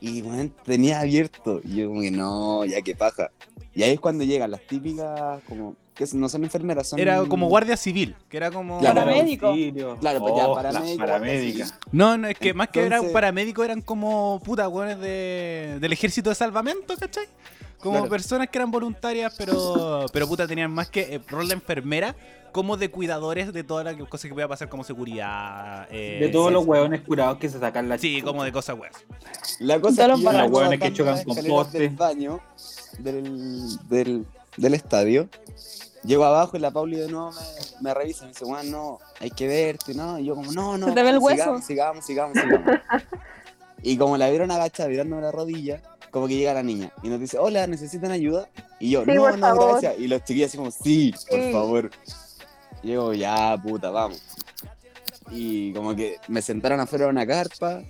S5: y bueno, tenía abierto. Y yo como que no, ya que paja. Y ahí es cuando llegan las típicas, como, que no son enfermeras, son...
S3: Era como guardia civil, que era como...
S5: Claro.
S1: Paramédico.
S2: Auxilio.
S5: Claro, pues ya,
S2: Oh,
S5: paramédico,
S2: la paramédica.
S3: No, no, es que más que eran
S5: Entonces-
S3: paramédicos eran como puta hueones de, del ejército de salvamento, ¿cachai? Como
S5: Claro.
S3: personas que eran voluntarias, pero pero puta tenían más que eh, rol de enfermera como de cuidadores de todas las cosas que podía pasar como seguridad. eh,
S2: De todos
S3: sí,
S2: los hueones curados que se sacan la
S3: Sí, como de cosas hueas.
S5: La cosa
S1: Solo
S5: es que yo
S1: para-
S5: andaba
S2: Los hueones que
S5: bajando
S2: chocan
S5: las
S2: con
S5: escaleras
S2: postes.
S5: del baño del, del, del estadio. Llego abajo y la Pauli de nuevo me, me revisa. Me dice, Juan, no, hay que verte, ¿no? Y yo como, no, no.
S1: Se te ve el
S5: sigamos,
S1: hueso.
S5: Sigamos, sigamos, sigamos. y como la vieron agachada, mirándome la rodilla, como que llega la niña. Y nos dice, hola, ¿necesitan ayuda? Y yo,
S6: Sí,
S5: no,
S6: por
S5: no,
S6: favor.
S5: gracias. Y los chiquillos así como, sí, por
S6: Sí.
S5: favor. Y yo, ya, puta, vamos. y como que me sentaron afuera de una carpa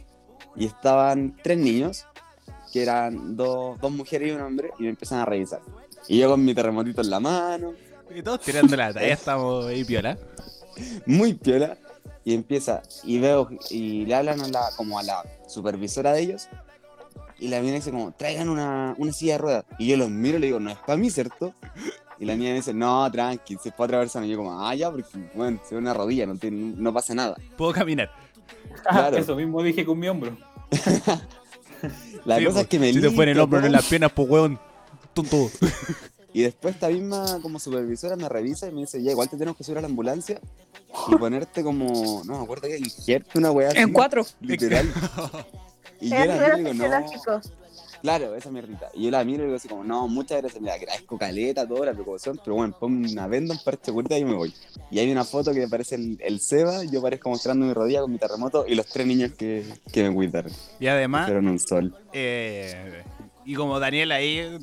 S5: y estaban tres niños, que eran dos, dos mujeres y un hombre, y me empiezan a revisar. Y yo con mi terremotito en la mano,
S3: Y todos tirando la talla, estamos ahí piola.
S5: muy piola, y empieza, y veo, y le hablan a la, como a la supervisora de ellos, y la mina dice como, traigan una, una silla de ruedas. Y yo los miro y le digo, no es para mí, ¿cierto? Y la niña me dice, no, tranqui, se fue a otra persona. Y yo como, ah, ya, porque, bueno, se ve una rodilla, no, tiene- no pasa nada.
S3: Puedo caminar. Ah,
S5: Claro.
S2: Ah, Eso mismo dije con mi hombro.
S5: La
S3: Sí,
S5: cosa
S3: pues,
S5: es que me
S3: Si te
S5: limpio,
S3: ponen el hombro en
S5: todo.
S3: las piernas, pues weón. Tonto.
S5: Y después esta misma como supervisora me revisa y me dice, ya igual te tenemos que subir a la ambulancia y ponerte como, no me acuerdo que injerto una weá.
S1: En
S5: así,
S1: cuatro.
S5: Literal. Y yo
S6: Es
S5: la miro y
S6: re
S5: digo, no.
S6: fisiológico.
S5: Claro, esa es mi rita. Y yo la miro y digo así como, no, muchas gracias, le agradezco caleta, toda la preocupación, pero bueno, pon una venda, un parche de cuerda y me voy. Y hay una foto que aparece el, el Seba, yo parezco mostrando mi rodilla con mi terremoto y los tres niños que, que me cuidaron.
S3: Y además,
S5: Pero en un sol.
S3: eh, y como Daniel ahí,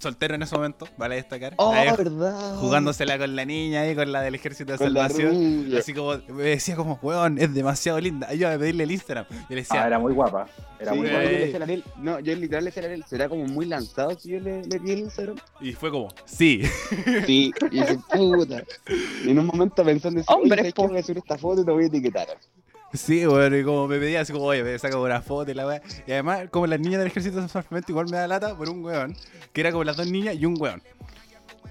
S3: soltero en ese momento, vale destacar.
S5: Oh,
S3: ahí
S5: verdad.
S3: jugándosela con la niña y con la del ejército de
S5: con la
S3: salvación.
S5: rubia.
S3: Así como, me decía como, weón, es demasiado linda. Ahí Yo iba a pedirle el Instagram. Yo le
S2: Ah,
S3: decía,
S2: era muy guapa. Era
S5: Sí,
S2: muy
S5: no,
S2: guapa.
S5: yo le
S3: eh.
S5: dije a la Ariel- no, yo literal le dije a la Ariel, será como muy lanzado si yo le, le di el Instagram.
S3: y fue como, sí.
S5: Sí, y dije, puta. Y en un momento pensando, decía,
S4: Hombre,
S5: ¿sabes qué? voy a subir esta foto y te voy a etiquetar.
S3: Sí, bueno, y como me pedía, así como, oye, me saco una foto y la weá. Y además, como las niñas del ejército de salvamento igual me da lata por un weón, que era como las dos niñas y un weón.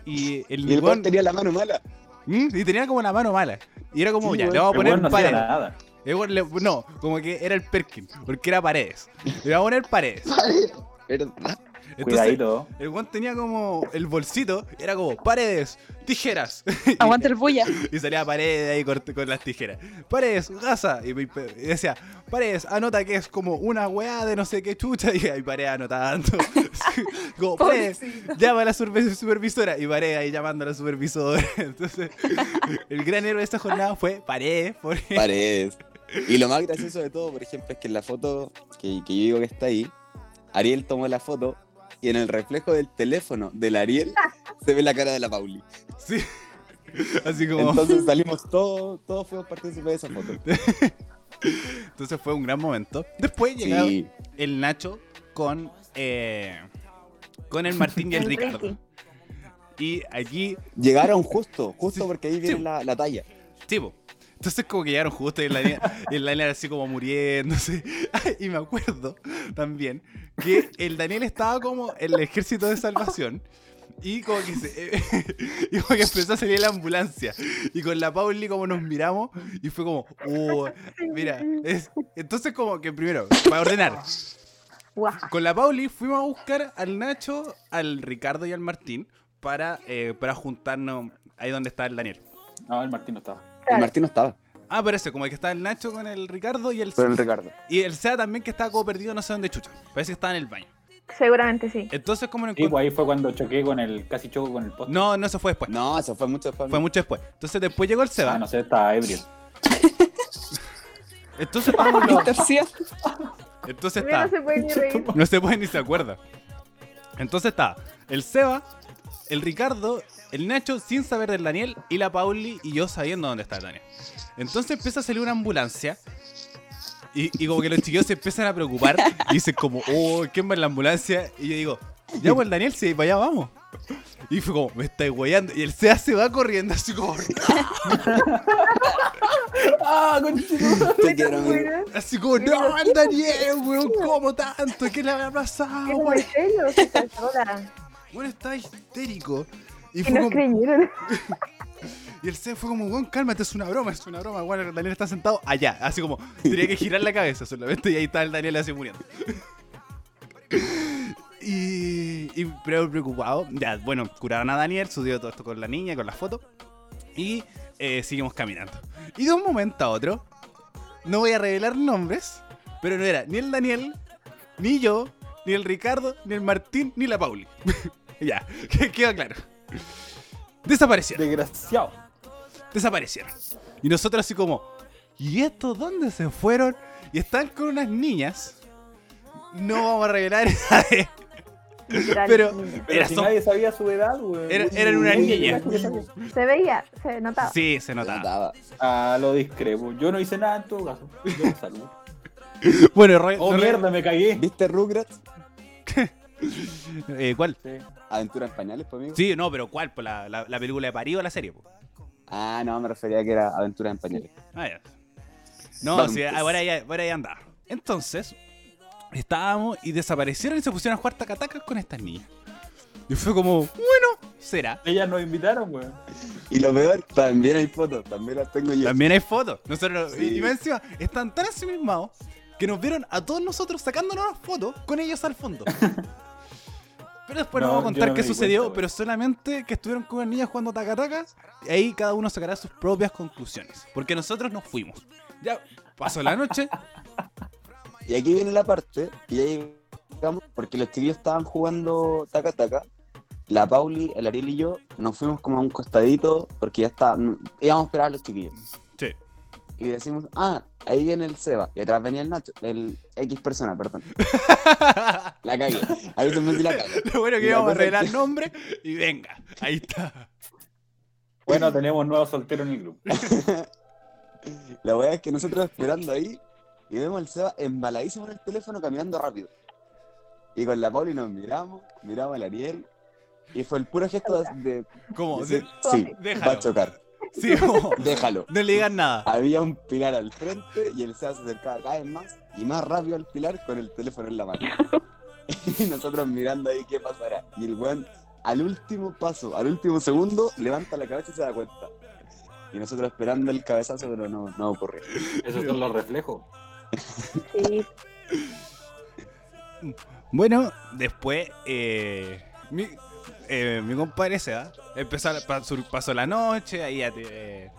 S3: Y el,
S5: Y el
S3: weón
S5: weón tenía la mano mala.
S3: Mm, y tenía como la mano mala. Y era como,
S5: Sí,
S3: ya,
S5: weón.
S3: le vamos a
S2: El weón
S3: poner
S2: no hacía
S3: paredes.
S2: nada.
S3: El weón le- no, como que era el Perkin, porque era paredes. Le vamos a poner paredes.
S5: Pero,
S3: Entonces,
S2: Cuidadito.
S3: el weón tenía como el bolsito, y era como, paredes, tijeras.
S1: Aguante el bulla.
S3: Y salía paredes ahí cort- con, las tijeras. Paredes, gasa. Y, me- y decía, paredes, anota que es como una weá de no sé qué chucha. Y ahí paredes anotando. como, paredes, llama a la supervi- supervisora. Y paredes ahí llamando a la supervisora. Entonces, el gran héroe de esta jornada fue paredes. Porque...
S5: Paredes. Y lo más gracioso de todo, por ejemplo, es que en la foto que, que yo digo que está ahí, Ariel tomó la foto y en el reflejo del teléfono del Ariel se ve la cara de la Pauli.
S3: Sí. Así como. Entonces,
S5: Entonces salimos todos, todos fuimos partícipes de esa foto.
S3: fue un gran momento. Después llegaba
S5: Sí,
S3: el Nacho con. eh, con el Martín y el
S6: El
S3: Ricardo.
S6: Ricky.
S3: Y aquí
S5: llegaron justo, justo
S3: Sí,
S5: porque ahí viene la, la talla.
S3: Tipo. Entonces como que llegaron justo y el Daniel, y el Daniel así como muriéndose. Y me acuerdo también que el Daniel estaba como en el ejército de salvación. Y como que se- y como que empezó a salir la ambulancia. Y con la Pauli como nos miramos y fue como, "Oh, mira, es- entonces como que primero, para ordenar,
S6: Guau.
S3: con la Pauli fuimos a buscar al Nacho, al Ricardo y al Martín para, eh, para juntarnos ahí donde está el Daniel.
S2: No, el Martín no estaba.
S5: El
S6: Claro.
S5: Martín no estaba,
S3: Ah, pero ese, como el que estaba el Nacho con el Ricardo y el
S5: pero el Ricardo.
S3: Y el SEA también que estaba como perdido, no sé dónde chucha. Parece que estaba en el baño.
S6: Seguramente sí.
S3: Entonces, como no
S2: Sí,
S3: encontré.
S2: pues ahí fue cuando choqué con el. Casi choco con el poste.
S3: No, no, eso fue después.
S5: No, eso fue mucho después.
S3: Fue mucho después. Entonces, después llegó el
S2: Ah,
S3: Seba.
S2: no sé, estaba ebrio.
S3: Entonces,
S2: Ah,
S3: estábamos los-
S4: Tercia.
S3: Entonces está.
S6: Mira, no se puede ni reír.
S3: No se puede ni se acuerda. Entonces está el Seba, el Ricardo, el Nacho sin saber del Daniel y la Pauli y yo sabiendo dónde está el Daniel. Entonces empieza a salir una ambulancia y, y como que los chiquillos se empiezan a preocupar y dicen como, oh, ¿quién va en la ambulancia? Y yo digo, llamo al Daniel, sí, para allá vamos. Y fue como, me estáis guayando. Y el Seba se va corriendo así como,
S5: Te quiero, amigo.
S6: Bueno,
S3: así como, no, el Daniel, weón, ¿cómo tanto? ¿Qué le habrá pasado,
S6: Es muy
S3: weón?
S6: serio, se está sola.
S3: Bueno, estaba histérico. Y
S6: Y
S3: fue
S6: nos
S3: como,
S6: creyeron.
S3: Y el C fue como, weón, cálmate, es una broma, es una broma. Bueno, el Daniel está sentado allá, así como, tenía que girar la cabeza solamente y ahí está el Daniel así muriendo. Y, y pre- preocupado, ya, bueno, curaron a Daniel, subió todo esto con la niña, con las fotos. Y eh, seguimos caminando. Y de un momento a otro, no voy a revelar nombres, pero no era ni el Daniel, ni yo, ni el Ricardo, ni el Martín, ni la Pauli. ya, que- queda claro. Desaparecieron
S2: Desgraciado.
S3: desaparecieron. Y nosotros así como, ¿y estos dónde se fueron? Y están con unas niñas. No vamos a revelar esa de-
S6: literal.
S3: Pero-
S6: niña.
S3: Era
S2: si
S3: son-
S2: nadie sabía su edad, güey.
S3: Era- eran unas
S2: Oye,
S3: niñas.
S2: yo también-
S6: Se veía, se notaba.
S3: Sí, se
S5: Se
S3: notaba.
S5: notaba.
S2: Ah, lo discrepo. Yo no hice nada en todo caso. Yo me salgo.
S3: Bueno, re-
S2: Oh,
S3: re-
S2: mierda, me cagué.
S5: ¿Viste Rugrats?
S3: eh, ¿Cuál?
S2: Sí.
S5: Aventuras en pañales, pues, amigo.
S3: Sí, no, pero ¿cuál? Pues la, la- la película de París o la serie? pues. po?
S5: Ah, no, me refería a que era Aventuras en pañales.
S3: Ah, ya. No,
S5: Vamos,
S3: sí, ah,
S5: pues.
S3: ahora ya, ahora ya andaba. Entonces, estábamos y desaparecieron y se pusieron a jugar tacatacas con estas niñas. Y fue como, bueno, será.
S2: Ellas nos invitaron, güey.
S5: Y lo peor, también hay fotos, también las tengo yo.
S3: También hay fotos. Nosotros,
S5: Sí.
S3: y, y más encima, están tan asimismados que nos vieron a todos nosotros sacándonos las fotos con ellos al fondo. Pero después
S2: No,
S3: nos
S2: yo
S3: vamos a contar
S2: no me
S3: qué
S2: di
S3: sucedió,
S2: cuenta, güey.
S3: pero solamente que estuvieron con las niñas jugando tacatacas. Y ahí cada uno sacará sus propias conclusiones. Porque nosotros nos fuimos. Ya pasó la noche.
S5: Y aquí viene la parte que ya llegamos, porque los chiquillos estaban jugando taca taca. La Pauli, el Ariel y yo nos fuimos como a un costadito porque ya está, íbamos a esperar a los chiquillos.
S3: Sí.
S5: Y decimos, ah, ahí viene el Seba. Y atrás venía el Nacho, el X persona, perdón. La cagué. Ahí se me la cagué.
S3: Lo bueno que
S5: Y la
S3: íbamos a
S5: cosa es
S3: arreglar
S5: que-
S3: nombre y venga, ahí está.
S2: Bueno, tenemos nuevo soltero en el grupo.
S5: La verdad es que nosotros esperando ahí y vemos al Seba embaladísimo en el teléfono caminando rápido. Y con la Pauli nos miramos, miramos al Ariel. Y fue el puro gesto de- de
S3: Como,
S5: Sí,
S3: de-
S5: sí,
S3: déjalo.
S5: va a chocar.
S3: sí, como,
S5: Déjalo.
S3: no le digan nada.
S5: Había un pilar al frente y él se acercaba cada vez más y más rápido al pilar con el teléfono en la mano. y nosotros mirando ahí qué pasará. Y el weón, al último paso, al último segundo, levanta la cabeza y se da cuenta. Y nosotros esperando el cabezazo, pero no, no ocurrió.
S2: Esos son los reflejos.
S6: Sí,
S3: Bueno, después, eh, mi, eh, mi compadre se da. Empezó, la- pasó, pasó la noche, ahí ya te- eh,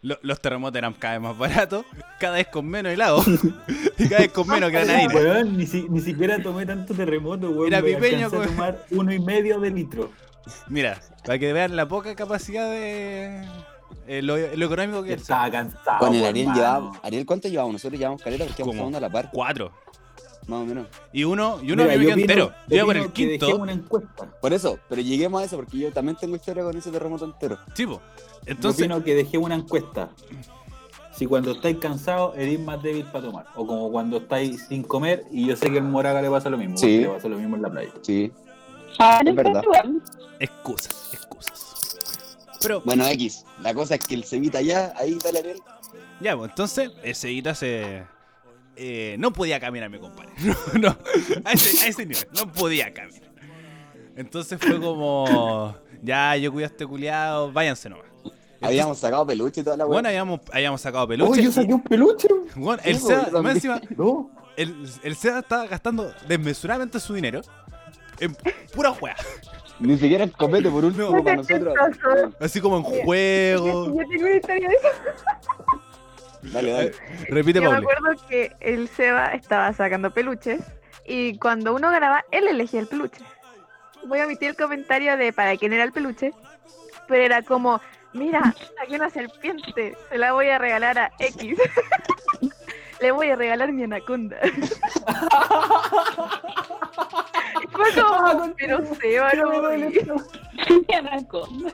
S3: lo- los terremotos eran cada vez más baratos, cada vez con menos helado y cada vez con menos
S2: Ah,
S3: granadina.
S2: Weón, ni, si- ni siquiera tomé tanto terremoto, weón.
S3: Era
S2: Me
S3: pipeño,
S2: alcancé a
S3: weón.
S2: tomar uno y medio de litro.
S3: Mira, para que vean la poca capacidad de eh, lo, lo económico que es.
S2: Estaba cansado.
S5: Con
S2: Ah,
S5: el
S2: weón,
S5: Ariel
S2: mano.
S5: llevábamos. Ariel, ¿cuánto llevábamos? Nosotros llevábamos caleta porque íbamos
S3: Como
S5: jugando a la par,
S3: Cuatro.
S5: más o menos.
S3: Y uno, y uno
S2: Mira,
S3: vivió
S2: yo opino-
S3: entero. Yo iba por
S2: opino
S3: el
S2: que
S3: quinto.
S2: dejemos una encuesta.
S5: Por eso, pero lleguemos a eso porque yo también tengo historia con ese terremoto entero.
S3: Tipo,
S2: Entonces,
S3: entonces,
S2: yo opino que dejé una encuesta. Si cuando estáis cansados, eres más débil para tomar. O como cuando estáis sin comer, y yo sé que al Moraga le pasa lo mismo.
S5: Sí.
S2: Le pasa lo mismo en la playa.
S5: Sí.
S1: Ah, no
S5: Es verdad.
S1: weón.
S3: excusas, excusas. Pero,
S5: Bueno, X, la cosa es que el Cevita ya, ahí está el Ariel.
S3: ya, pues entonces, ese guita se. eh, no podía caminar, mi compadre. No, no, a ese, a ese nivel, no podía caminar. Entonces fue como. Ya, yo cuido a este culiado, váyanse nomás.
S2: Ah,
S5: Habíamos sacado peluche y toda la
S3: Bueno,
S5: weá.
S3: habíamos, habíamos sacado
S2: ¡Oh,
S3: peluches.
S2: yo saqué un peluche!
S3: Bueno, el
S5: Sí,
S3: Seba,
S5: yo también.
S3: más encima,
S2: No.
S3: el, el Seba estaba gastando desmesuradamente su dinero en pura juega.
S5: Ni siquiera el copete por último
S6: No.
S5: para nosotros.
S3: Así como en juego.
S6: Yo tengo una historia de eso.
S5: Dale, dale.
S3: Repite,
S6: Yo me
S3: Pauli.
S6: acuerdo que el Seba estaba sacando peluches y cuando uno ganaba, él elegía el peluche. Voy a omitir el comentario de para quién era el peluche, pero era como, mira, saqué una serpiente, se la voy a regalar a X. Le voy a regalar mi anaconda. Y Fue como, pero Seba, no.
S1: Anaconda.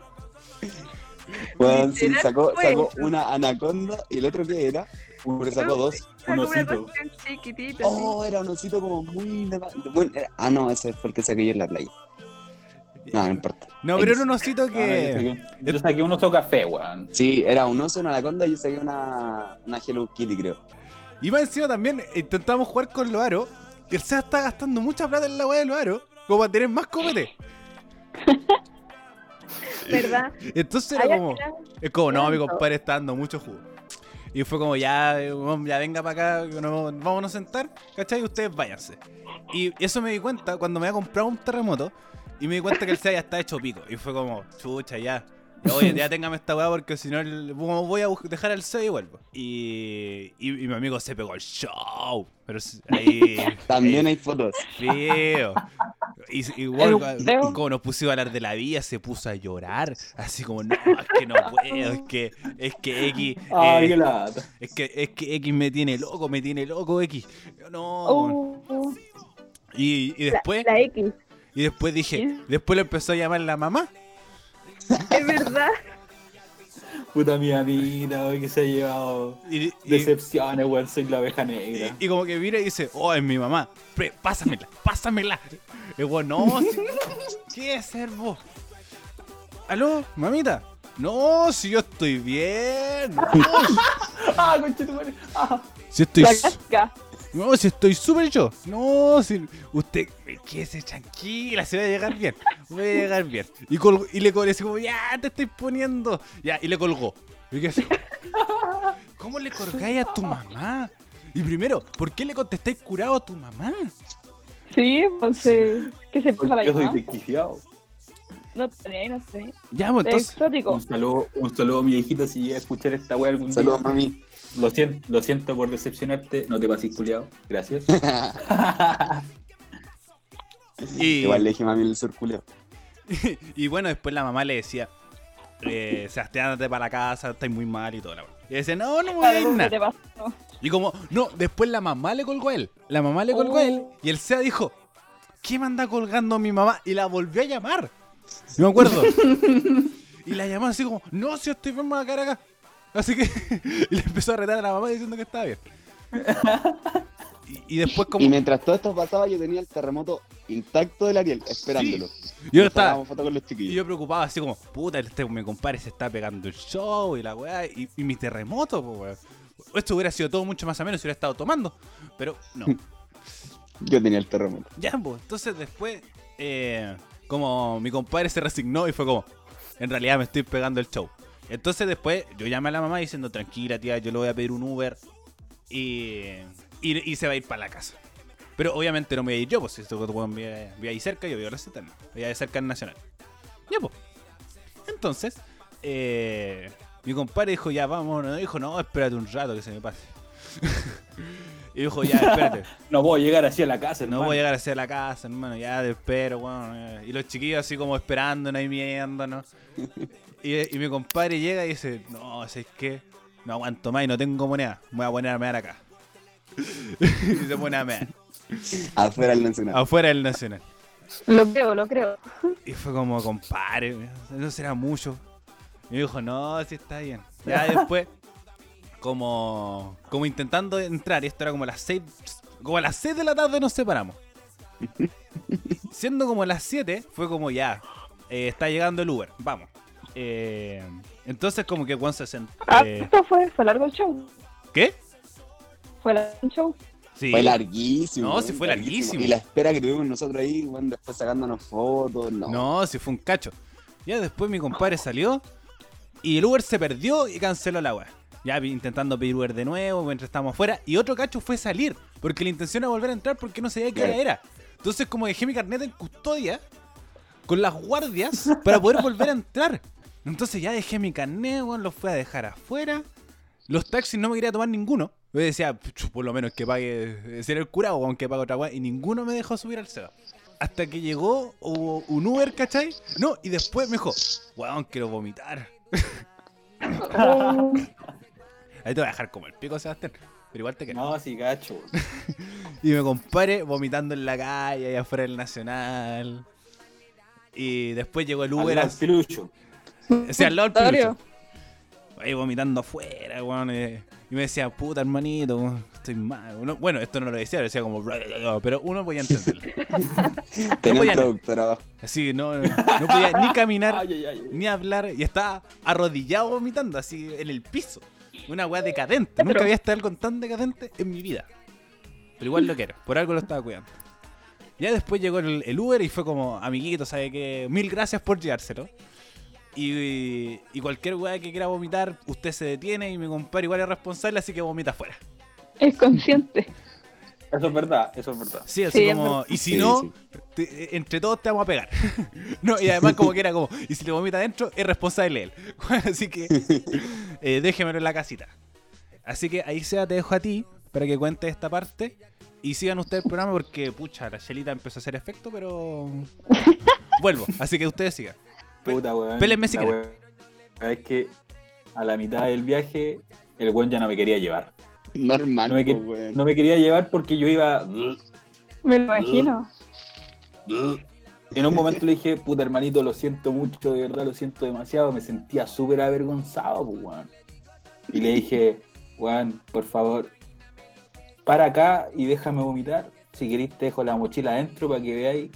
S5: Weón, sí,
S6: Literal
S5: sacó,
S6: fue
S5: sacó
S6: eso.
S5: una anaconda y el otro que era, pero sacó dos.
S2: Un
S6: Sacó Ah, una
S2: osito.
S6: cuestión chiquitita. así.
S5: Oh, era un osito como muy. de- de- bueno, era- ah, no, ese fue el que saqué yo en la playa. No, no importa.
S3: No, pero era un osito que.
S2: Ah, yo saqué- Yo saqué un oso café, weón.
S5: Sí, era un oso, una anaconda y yo saqué una, una Hello Kitty, creo.
S3: Y más encima también intentamos jugar con los aros. Que el SEA está gastando mucha plata en la weá de los aros. Como para tener más copete.
S6: ¿Verdad?
S3: Entonces era
S6: Allá
S3: como.
S6: era-
S3: Es como, no, mi
S6: Tanto.
S3: compadre está dando mucho jugo. Y fue como, ya, eh, weón, ya venga para acá, que no- vámonos a sentar, ¿cachai? Y ustedes váyanse. Y eso me di cuenta cuando me había comprado un terremoto. Y me di cuenta que el SEA ya está hecho pico. Y fue como, chucha, ya. Ya, Oye, ya téngame esta weá porque si no el- como voy a bus- dejar al SEA y vuelvo. Y, y, y mi amigo se pegó el show. Pero s- ahí.
S5: También
S3: ahí
S5: hay fotos.
S3: feo. Y, y
S1: un
S3: weón,
S1: feo.
S3: como nos pusimos a hablar de la vida, se puso a llorar. Así como, no, es que no puedo, es que, es que X. eh,
S2: Ay, qué lata.
S3: es, que, es que X me tiene loco, Ah, me tiene loco X. No.
S1: Oh.
S3: Y, y después,
S6: La X.
S3: Y después dije, después lo empezó a llamar la mamá.
S6: Es verdad.
S2: Puta mi amiga, hoy que se ha llevado
S3: Y, y-
S2: decepciones, weón. Soy la oveja negra.
S3: y como que mira y dice, oh, es mi mamá. Pre- pásamela, pásamela. Y bueno, no, si- ¿qué es ser vos? ¿Aló, mamita? No, si yo estoy bien. No,
S2: ¡Ah, conchetumare! ¡Ah!
S3: si estoy...
S4: La casca.
S3: No, si estoy súper yo. No, si usted quédese tranquila, se va a llegar bien. Voy a llegar bien. Y, colgó- y le colgó, así como, ya te estoy poniendo. Ya, y le colgó. Y qué así, ¿Cómo le colgáis a tu mamá? Y primero, ¿por qué le contestáis curado a tu mamá?
S4: Sí, pues eh, ¿Qué se pasa la
S2: Yo soy
S4: llamada?
S2: desquiciado.
S4: No sé, no sé.
S3: Ya, pues,
S4: Es
S3: entonces.
S1: Oh.
S4: exótico.
S2: Un saludo, un saludo a mi viejita si llega a escuchar esta weá algún
S5: Saludos,
S2: día.
S5: mami.
S2: Lo siento, lo siento por decepcionarte, no te pases culiado. Gracias.
S3: Y,
S5: Igual le dije mami el sur culeo.
S3: y bueno, después la mamá le decía, eh, Sebastián, andate para la casa, estás muy mal y todo. La... wea. Y decía, no, no me voy a ir
S4: Algo que
S3: nada".
S4: te pasó.
S3: Y como, no, después la mamá le colgó a él. La mamá le colgó a él y el SEA dijo, ¿qué me anda colgando mi mamá? Y la volvió a llamar. No me acuerdo. y la llamó así como, no, si yo estoy enfermo de la cara acá. Así que y le empezó a retar a la mamá diciendo que estaba bien. Y, y después como...
S5: Y mientras todo esto pasaba, yo tenía el terremoto intacto del Ariel, esperándolo.
S3: yo
S5: Nos
S3: estaba...
S5: sacábamos foto con los
S3: Y
S5: chiquillos.
S3: yo preocupaba así como, puta, este, mi compadre se está pegando el show y la weá, y, y mi terremoto, po, weón. Esto hubiera sido todo mucho más o menos si hubiera estado tomando. Pero no.
S5: Yo tenía el terremoto.
S3: Ya, pues, entonces después, eh, como mi compadre se resignó y fue como, en realidad me estoy pegando el show. Entonces después yo llamé a la mamá diciendo, tranquila tía, yo le voy a pedir un Uber y, y, y se va a ir para la casa. Pero obviamente no me voy a ir yo, pues si esto weón, vive vive ahí cerca, yo vivo en la Z, no, voy a ir cerca en Nacional. Ya, pues. Entonces, eh, mi compadre dijo, ya, vamos, no, dijo, no, espérate un rato que se me pase. y dijo, ya, espérate.
S2: No puedo llegar así a la casa,
S3: No voy a llegar hacia la casa, hermano, ya te espero, weón. eh. Y los chiquillos así como esperándonos y miéndonos. Y, y mi compadre llega y dice, no, si es que no aguanto más y no tengo moneda, me voy a poner a mear acá. y se pone a mear,
S5: Afuera del nacional.
S3: afuera del Nacional.
S6: Lo creo, lo creo.
S3: Y fue como, compadre, eso será mucho. Y me dijo, no, si está bien. Ya después, como, como intentando entrar, y esto era como las 6, como a las 6 de la tarde nos separamos. Siendo como las 7, fue como ya, eh, está llegando el Uber, vamos. Eh, entonces como que Juan se sentó...
S4: Ah,
S6: Eh.
S4: esto fue, fue largo el show.
S3: ¿Qué?
S4: Fue largo el show.
S3: Sí.
S5: Fue larguísimo.
S3: No,
S5: weón,
S3: sí fue larguísimo.
S5: Y la espera que tuvimos nosotros ahí, weón, después sacándonos fotos. No.
S3: No, si fue un cacho. Ya después mi compadre salió y el Uber se perdió y canceló la weá. Ya vi- intentando pedir Uber de nuevo mientras estábamos afuera. Y otro cacho fue salir, porque la intención era volver a entrar porque no sabía qué hora era. Entonces, como dejé mi carnet en custodia con las guardias para poder volver a entrar. Entonces, ya dejé mi carnet, weón, los fui a dejar afuera. Los taxis no me quería tomar ninguno. Yo decía, "Puchu, por lo menos que pague, eh, ser el curado, aunque pague otra weá. Y ninguno me dejó subir al SEBA. Hasta que llegó u- un Uber, ¿cachai? No, y después me dijo, weón, quiero vomitar. Ahí te voy a dejar como el pico, Sebastián. Pero igual te quiero.
S2: No, sí, gacho.
S3: Y me compare vomitando en la calle, allá afuera del Nacional. Y después llegó el Uber,
S2: Uber al
S3: así-
S2: pilucho.
S3: o sea, al lado del
S4: Notorio.
S3: peluche. Ahí vomitando afuera, weón. eh, Y me decía, puta hermanito, weón, estoy mal. Uno- bueno, esto no lo decía, lo decía como, "Bla, bla, bla", pero uno podía entenderlo.
S5: Tenía
S3: podían-
S5: un traductor abajo.
S3: Así, no, no podía ni caminar,
S2: Ay, ay, ay.
S3: ni hablar y estaba arrodillado vomitando así en el piso. Una weá decadente. Nunca había estado algo tan decadente en mi vida. Pero igual lo quiero, por algo lo estaba cuidando. Ya después llegó el, el Uber y fue como, amiguito, ¿sabe qué? Mil gracias por llevárselo. Y, y cualquier weá que quiera vomitar, usted se detiene y mi compadre igual es responsable, así que vomita afuera.
S4: Es consciente.
S2: Eso es verdad, eso es verdad.
S3: Sí, así
S4: Sí, es
S3: como, y si
S5: Sí,
S3: no,
S5: sí.
S3: te- eh, entre todos te vamos a pegar. no, y además como que era como, y si le vomita adentro, es responsable él. así que eh, déjemelo en la casita. Así que ahí sea, te dejo a ti para que cuentes esta parte. Y sigan ustedes el programa porque, pucha, la chelita empezó a hacer efecto, pero... Vuelvo, así que ustedes sigan. Pe-
S2: Puta, weón.
S3: pélenme si
S2: La
S3: quieren.
S2: weá Es que a la mitad del viaje, el weón ya no me quería llevar.
S5: Normal,
S2: No me, que-
S5: pues, weón.
S2: no me quería llevar porque yo iba.
S4: Me lo imagino.
S2: En un momento le dije, puta hermanito, lo siento mucho, de verdad, lo siento demasiado. Me sentía súper avergonzado, pues, weón. Y le dije, weón, por favor, para acá y déjame vomitar. Si queréis, te dejo la mochila adentro para que veáis.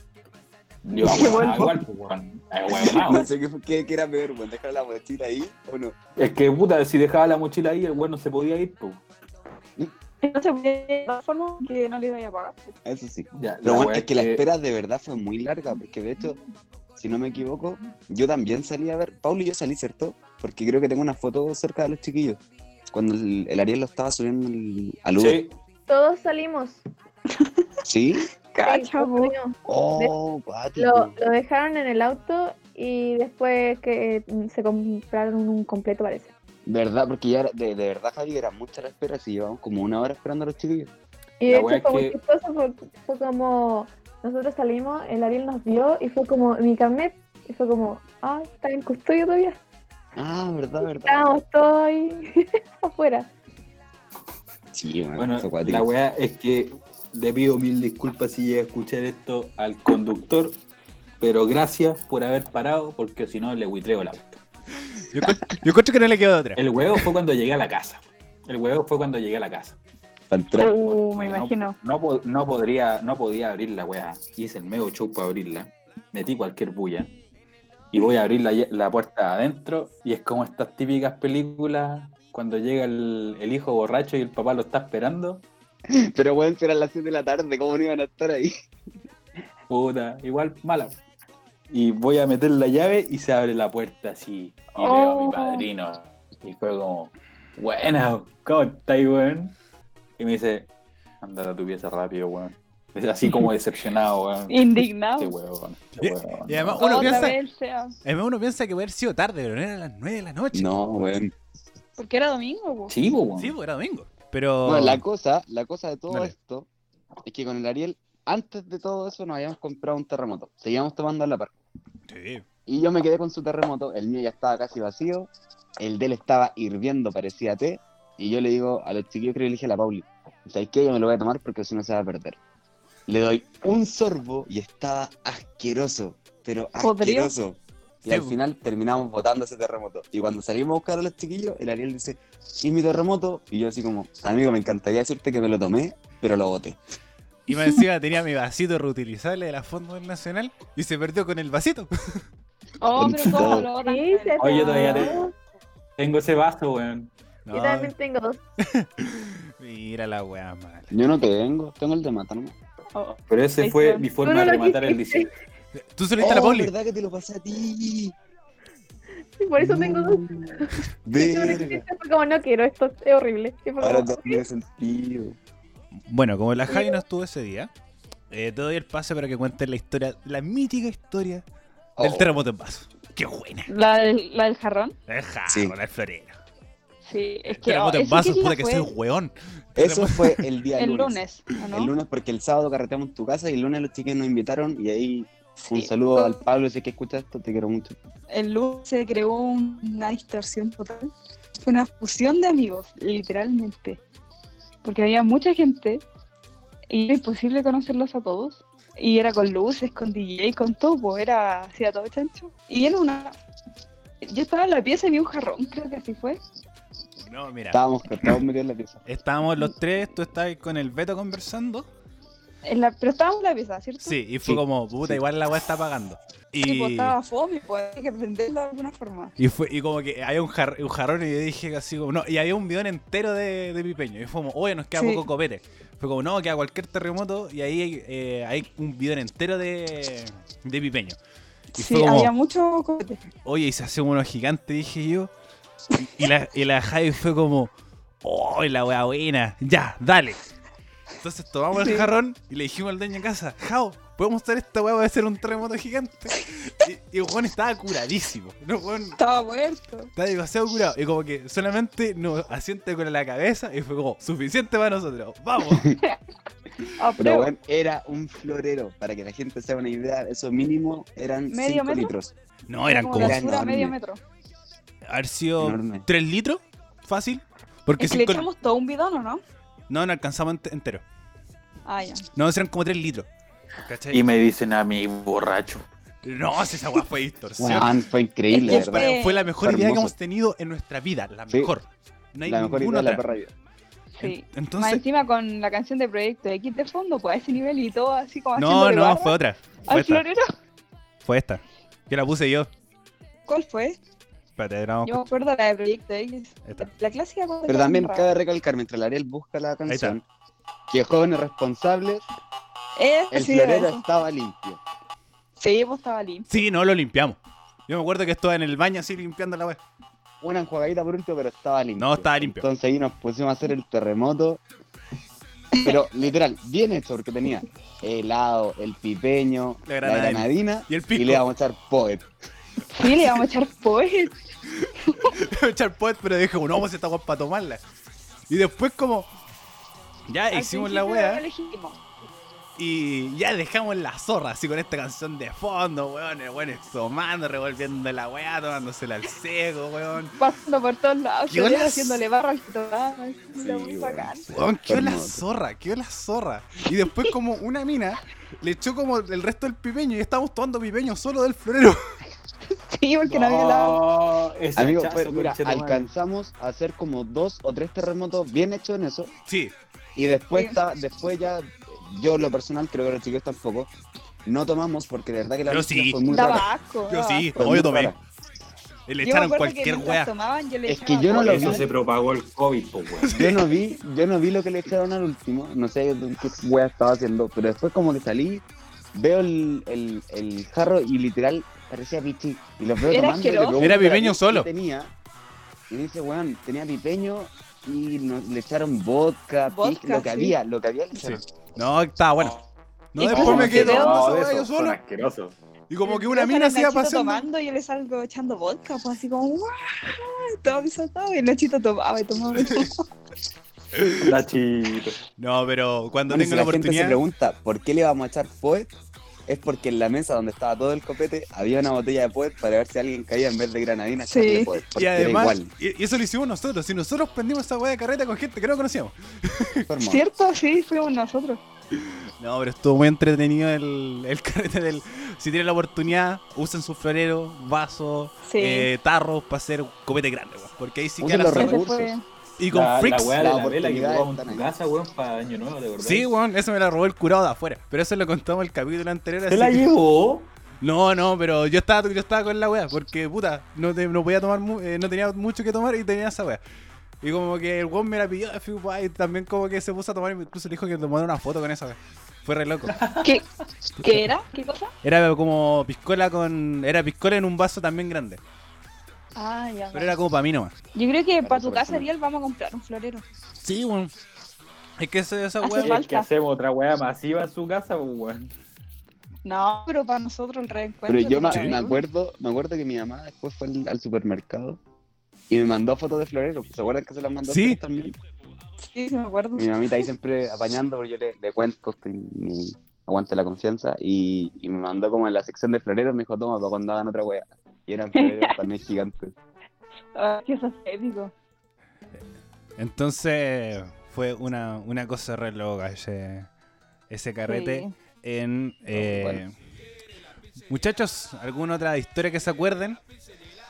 S2: Yo,
S6: Qué
S2: weón,
S6: bueno.
S2: igual, pues, weón. Ah, weón,
S5: No
S2: no.
S5: sé qué, qué, qué era peor, weón, dejar la mochila ahí o no.
S2: Es que, puta, si dejaba la mochila ahí, el weón no se podía ir, pues.
S1: Entonces, de todas formas, que no le iba a pagar.
S5: Eso sí.
S2: Ya, la
S5: Pero bueno,
S2: weá
S5: es que la
S2: que-
S5: espera de verdad fue muy larga, porque de hecho, si no me equivoco, yo también salí a ver, Paulo y yo salí, ¿cierto? Porque creo que tengo una foto cerca de los chiquillos, cuando el, el Ariel lo estaba subiendo al- al Uber.
S2: Sí,
S6: Todos salimos.
S5: ¿Sí?
S1: Cacha, po.
S6: Coño.
S5: Oh, cuático.
S6: Lo, lo dejaron en el auto y después que eh, se compraron un completo, parece.
S5: ¿Verdad? Porque ya, era- de, de verdad, Javi, era mucha la espera, si llevamos como una hora esperando a los chiquillos.
S6: Y de
S2: La
S6: hecho
S2: wea
S6: fue
S2: es
S6: muy
S2: que-
S6: chistoso, fue, fue como nosotros salimos, el Ariel nos vio y fue como mi carnet. Y fue como, ay, está en custodia todavía.
S5: Ah, ¿verdad, verdad?
S6: Estábamos todos ahí afuera.
S5: Sí, man,
S2: Bueno,
S5: fue cuático.
S2: la weá es que le pido mil disculpas si llega a escuchar esto al conductor, pero gracias por haber parado, porque si no le buitreo la auto.
S3: Yo, encuentro- yo encuentro que no le quedó otra.
S2: El huevo fue cuando llegué a la casa. El huevo fue cuando llegué a la casa.
S5: Para entrar.
S1: Uh, me
S2: No-
S1: imagino.
S2: No, po- no podría, no podía abrir la weá. Hice el medio show para abrirla. Metí cualquier bulla. Y voy a abrir la, ye- la puerta adentro. Y es como estas típicas películas cuando llega el, el hijo borracho y el papá lo está esperando.
S5: Pero bueno, eran las 7 de la tarde, ¿cómo no iban a estar ahí?
S2: Puta, igual mala. Y voy a meter la llave y se abre la puerta así. Y veo a mi
S6: Oh.
S2: padrino. Y fue como, bueno, ¿cómo estáis, weón? Y me dice, anda a tu pieza rápido, weón. Es así como decepcionado, weón. Este
S1: Indignado.
S2: weón. este
S3: Y-
S2: weón.
S3: y además uno
S1: Otra
S3: piensa-
S1: vez el SEA.
S3: Además, uno piensa que puede haber sido tarde, pero no era a las 9 de la noche.
S5: No, weón.
S1: Porque era domingo, po.
S2: Sí, po, weón.
S3: Sí, pues era domingo. Pero.
S5: Bueno, la cosa, la cosa de todo
S3: Dale.
S5: esto es que con el Ariel, antes de todo eso, nos habíamos comprado un terremoto. Seguíamos tomando a la par.
S3: Sí.
S5: Y yo me quedé con su terremoto, el mío ya estaba casi vacío, el de él estaba hirviendo, parecía té. Y yo le digo a los chiquillos, creo que le dije a la Pauli, ¿sabes qué? Yo me lo voy a tomar porque si no se va a perder. Le doy un sorbo y estaba asqueroso, pero
S1: Podrido.
S5: asqueroso. Y
S3: Sí,
S5: al
S3: bu-
S5: final terminamos botando ese terremoto. Y cuando salimos a buscar a los chiquillos, el Ariel dice, ¿y mi terremoto? Y yo así como, amigo, me encantaría decirte que me lo tomé, pero lo boté.
S3: Y me encima tenía mi vasito reutilizable de la Fondo del Nacional y se perdió con el vasito.
S1: Oh, pero cómo
S5: Conchito.
S1: lo botan.
S6: Sí, se
S2: Oye, yo todavía
S6: tomó.
S2: Tengo ese vaso, weón.
S3: No,
S6: Yo también tengo dos.
S3: mira la weá mala.
S5: Yo no tengo, tengo el de matar. ¿no?
S1: Oh,
S2: Pero ese
S1: Ahí
S2: fue
S1: está.
S2: mi
S6: Tú
S2: forma
S6: no
S2: de
S6: lo
S2: matar el
S6: quisiste.
S2: diseño.
S3: Tú se lo diste a la
S5: Oh,
S3: Pauli.
S5: verdad que te lo pasé a ti!
S6: Y por eso tengo dos.
S5: Mm. Verga.
S6: Fue como, no quiero, esto es horrible. Y fue
S5: Ahora
S6: como,
S5: todo tiene sentido.
S3: Bueno, como la Javi no estuvo ese día, eh, te doy el pase para que cuentes la historia, la mítica historia del
S5: Oh,
S3: terremoto en vaso. ¡Qué buena!
S1: ¿La del, la del jarrón?
S3: Deja
S5: Sí.
S3: con el florero.
S1: Sí, es que.
S3: Terremoto
S1: oh,
S3: en
S1: ¿eso qué
S3: vaso,
S1: día
S3: puta que
S1: fue?
S3: soy un weón.
S5: Eso fue el día
S1: El
S5: lunes.
S1: lunes, ¿o ¿no?
S5: El lunes porque el sábado carreteamos en tu casa y el lunes los chicos nos invitaron y ahí
S1: Sí.
S5: un saludo al Pablo, si es que escuchas esto, te quiero mucho.
S1: El lunes se creó un- una distorsión total. Fue una fusión de amigos, literalmente. Porque había mucha gente y era imposible conocerlos a todos. Y era con luces, con DJ, con todo, po, era así a todo chancho. Y era una. Yo estaba en la pieza y vi un jarrón, creo que así fue.
S3: No, mira.
S5: Estábamos, estábamos metidos en la pieza.
S3: Estábamos los tres, tú estabas con el Beto conversando.
S1: En la... Pero estábamos en la pieza, ¿cierto?
S3: Sí, y fue
S5: Sí,
S3: como, puta,
S5: sí.
S3: igual la weá está apagando.
S1: Y
S3: Y,
S1: estaba fome, pues había que prenderlo de alguna forma.
S3: y fue, y como que había un, jar- un jarrón y yo dije así como, no, y había un bidón entero de, de pipeño. Y fue como, oye, nos queda
S1: Sí.
S3: poco copete. Fue como, no, queda cualquier terremoto y ahí hay, eh, hay un bidón entero de, de pipeño. Y
S1: Sí,
S3: fue como-
S1: había mucho copete.
S3: Oye, y se hace uno gigante, dije yo. Y la, y la Javi fue como, oh, la weá buena, ya, dale. Entonces tomamos el
S1: Sí.
S3: jarrón y le dijimos al dueño de casa, Jao, podemos hacer esta weá, va a ser un terremoto gigante. Y, y el weón estaba curadísimo. No, weón,
S1: Estaba muerto.
S3: estaba demasiado curado. Y como que solamente nos asiente con la cabeza y fue como, suficiente para nosotros, vamos.
S1: Ah,
S5: Pero bueno, era un florero, para que la gente se haga una idea, eso mínimo eran
S1: ¿Medio
S5: 5
S1: metro?
S5: litros.
S3: No, eran
S1: como
S3: como,
S1: la
S5: Era
S1: altura de
S5: enorme.
S1: medio metro.
S3: haber sido
S5: Enorme.
S3: 3 litros, fácil. Porque
S1: Es que le
S3: cinco-
S1: echamos todo un bidón, ¿o no?
S3: No, no alcanzamos ent- entero.
S1: Ah, ya.
S3: No, eran como 3 litros. ¿Cachai?
S2: Y me dicen a mí, borracho.
S3: No, si esa weá fue distorsión.
S5: Weón, fue increíble,
S1: Es
S5: la
S1: que
S5: verdad.
S3: Fue la mejor
S5: Fue
S3: idea que
S5: hermoso.
S3: hemos tenido en nuestra vida, la
S5: Sí.
S3: mejor. No hay
S5: La mejor idea
S3: ninguna
S5: de la
S3: otra.
S5: perra vida.
S1: Sí.
S3: Entonces,
S1: Más encima con la canción de Proyecto X de fondo, pues a ese nivel y todo así como
S3: no,
S1: haciéndole
S3: no,
S1: barra
S3: fue otra. Fue
S1: Al
S3: esta,
S1: florero,
S3: fue esta. Yo la puse yo.
S1: ¿cuál fue?
S3: Espérate, no,
S1: Yo me acuerdo la de Proyecto X.
S3: Ahí está.
S1: La clásica cuando
S5: Pero también
S1: cantan
S5: cabe recalcar, mientras la Ariel busca la
S3: está.
S5: canción, que jóvenes responsables,
S1: rap. Eh,
S5: el
S1: sí,
S5: florero
S1: eso.
S5: estaba limpio.
S1: Sí, pues estaba limpio.
S3: Sí, no, lo limpiamos. Yo me acuerdo que estaba en el baño así limpiando la weá.
S5: Una enjuagadita por último, pero estaba limpio.
S3: No, estaba limpio.
S5: Entonces ahí nos pusimos a hacer el terremoto. Pero literal, bien hecho, porque tenía helado, el pipeño,
S3: La
S5: la
S3: granadina.
S5: granadina,
S3: Y el
S5: y le
S3: pico.
S5: íbamos a echar poet.
S1: Sí, le íbamos a echar poes.
S3: Echar poet, pero dije, no, pues esta weá para tomarla. Y después como. Ya
S1: Al
S3: hicimos la
S1: principio
S3: weá.
S1: lo elegimos.
S3: Y ya dejamos la zorra así con esta canción de fondo, weón. El weón tomando, revolviendo la weá, tomándosela al cego, weón.
S1: Pasando por todos lados,
S3: ¿Qué olas?
S1: haciéndole barra al que tocaba. era muy
S5: weón.
S1: bacán.
S3: Weón, qué la
S5: Hermoso.
S3: zorra, qué la zorra. Y después como una mina le echó como el resto del pipeño y estábamos tomando pipeño solo del florero.
S1: Sí, porque no había helado.
S2: Oh, ese
S5: Amigo,
S2: hachazo,
S5: fue- mira,
S2: conchetumare.
S5: alcanzamos a hacer como dos o tres terremotos bien hechos en eso.
S3: Sí,
S5: Y después, ta- después ya, yo en lo personal, creo que los chicos tampoco, no tomamos porque de verdad que la
S3: Yo
S5: noche
S3: sí.
S5: fue muy rara.
S1: Daba asco.
S3: yo
S1: daba
S3: sí,
S1: asco.
S5: Fue
S3: no,
S5: muy
S3: yo tomé.
S5: rara.
S1: Yo
S3: Y le
S1: me
S3: echaron
S1: acuerdo que
S3: cualquier
S1: mientras
S3: weá.
S1: tomaban, yo le
S5: Es que
S1: echaba
S5: yo no lo
S1: poes.
S2: Eso
S5: vi.
S2: se propagó el COVID, pues, weón.
S5: Yo no vi, yo no vi lo que le echaron al último, no sé qué wea estaba haciendo, pero después como que salí, veo el, el, el jarro y literal parecía pichi. Y lo veo
S1: Era
S5: tomando y le
S1: asqueroso.
S5: pregunto
S3: Era
S5: a la
S3: pipeño
S5: gente
S3: solo.
S5: qué Tenía, y me dice, weón, tenía pipeño y nos- le echaron vodka, pis-
S1: Vodka,
S5: lo que
S1: sí.
S5: había, lo que había le echaron.
S3: No, estaba bueno. No,
S1: Es que
S3: después pues me
S1: no
S3: quedé
S1: quedó-
S3: tomando esa
S2: de
S3: weá yo
S2: esos son
S3: solo.
S2: asquerosos.
S3: Y como que
S1: Yo
S3: una
S1: salgo
S3: mina
S1: al
S3: se iba
S1: Nachito
S3: pasando.
S1: tomando y yo le salgo echando vodka, pues así como ¡guau! Todo desatado y el Nachito tomaba y tomaba. y tomaba.
S2: Nachito.
S3: No, pero cuando
S5: Bueno,
S3: tengo
S5: si
S3: la
S5: la gente se
S3: oportunidad.
S5: pregunta por qué le vamos a echar poet, es porque en la mesa donde estaba todo el copete había una botella de poet para ver si alguien caía en vez de granadina.
S1: Sí.
S5: echarle Poet, porque
S3: Y
S5: era
S3: además,
S5: igual,
S3: y, y eso lo hicimos nosotros. Y nosotros prendimos esa weá de carreta con gente que no conocíamos.
S5: fue hermoso.
S1: ¿Cierto? Sí, fuimos nosotros.
S3: No, pero estuvo muy entretenido el, el carrete del. Si tienen la oportunidad, usen sus floreros, vasos,
S1: Sí.
S3: eh, tarros para hacer un copete grande, weón. Porque ahí sí que
S5: Usen
S3: la
S5: los
S3: zorra.
S5: recursos.
S1: Ese fue.
S3: Y con
S2: la,
S3: freaks.
S2: La weá de
S5: La
S2: la vela que
S5: oportunidad
S2: ocupamos
S5: está
S2: en tu
S5: ahí.
S2: casa, weón, para Año Nuevo, de verdad.
S3: sí, weón, eso me la robó el curado de afuera. Pero eso lo contamos el capítulo anterior.
S2: ¿Se
S3: así
S2: la
S3: que-
S2: llevó?
S3: No, no, pero yo estaba, yo estaba con la weá, porque puta, no, te- no podía tomar, mu- eh, no tenía mucho que tomar y tenía esa weá. Y como que el weón me la pilló, fui, guay, y también como que se puso a tomar, y incluso le dijo que tomara una foto con esa weá. Fue re loco.
S1: ¿Qué, ¿Qué era? ¿Qué cosa?
S3: Era como piscola con. Era piscola en un vaso también grande.
S1: Ah, ya.
S3: Pero era como para mí nomás.
S1: Yo creo que para tu
S5: personal.
S1: casa, Ariel, vamos a comprar un florero.
S3: Sí, weón. Es que esa, esa
S1: Hace
S3: weá.
S1: falta.
S2: Es que hacemos otra weá masiva en su casa, pues, weón.
S1: No, pero para nosotros el reencuentro.
S5: Pero yo me,
S1: para
S5: me
S1: mí.
S5: acuerdo, me acuerdo que mi mamá después fue al, al supermercado y me mandó fotos de florero. ¿Se acuerdan que se las mandó a
S3: Sí.
S5: ustedes también?
S1: Sí, sí, me acuerdo.
S5: Mi mamita ahí siempre apañando porque yo le, le cuento, estoy, mi- aguante la confianza. Y, y me mandó como en la sección de floreros, me dijo, toma, para cuando hagan otra wea. Y eran floreros también gigantes.
S1: Ah, que eso es épico.
S3: Entonces, fue una, una cosa re loca ese, ese carrete
S1: Sí.
S3: en. eh,
S5: bueno.
S3: Muchachos, ¿alguna otra historia que se acuerden?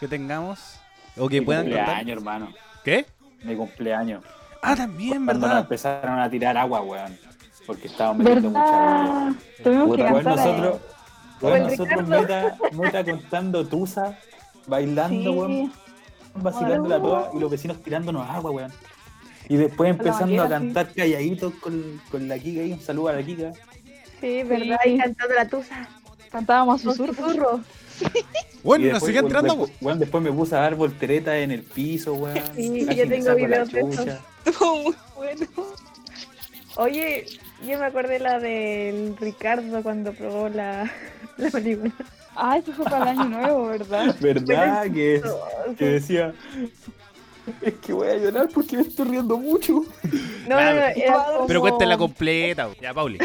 S3: Que tengamos. O que
S2: Mi
S3: puedan contar.
S2: cumpleaños, hermano.
S3: ¿Qué?
S2: Mi cumpleaños.
S3: Ah, también,
S2: Cuando nos
S3: ¿verdad?
S2: empezaron a tirar agua, weón. Porque estábamos metiendo mucha agua.
S1: ¿Verdad? Tuvimos que
S5: Puta,
S2: Bueno,
S1: cantar. ahí.
S2: nosotros, bueno,
S6: el
S2: nosotros muta, muta contando tusa, bailando, weón,
S1: Sí.
S2: vacilándola toda y los vecinos tirándonos agua, weón. Y después
S1: Con la
S2: empezando
S1: manguera,
S2: a
S1: sí.
S2: cantar calladitos con, con la Kika ahí, un saludo a la Kika.
S6: Sí, verdad, y cantando la tusa.
S1: Cantábamos
S6: Con
S1: susurros.
S6: susurro.
S3: Bueno,
S2: Y
S3: nos
S2: después,
S3: siguen
S2: weón,
S3: tirando.
S2: después, weón, después me puse a dar volteretas en el piso, weón.
S6: Sí,
S2: casi me
S6: yo tengo
S2: saco la
S6: videos de eso.
S2: chucha.
S1: Estuvo muy bueno.
S6: Oye, yo me acordé la del Ricardo cuando probó la, la marihuana.
S1: Ah, eso fue para el año nuevo, ¿verdad?
S2: ¿Verdad? Que, que decía, es que voy a llorar porque me estoy riendo mucho.
S6: No, no, no, era
S1: Pero
S3: Pero
S6: como-
S3: cuéntenla completa. weón. Ya, Pauli.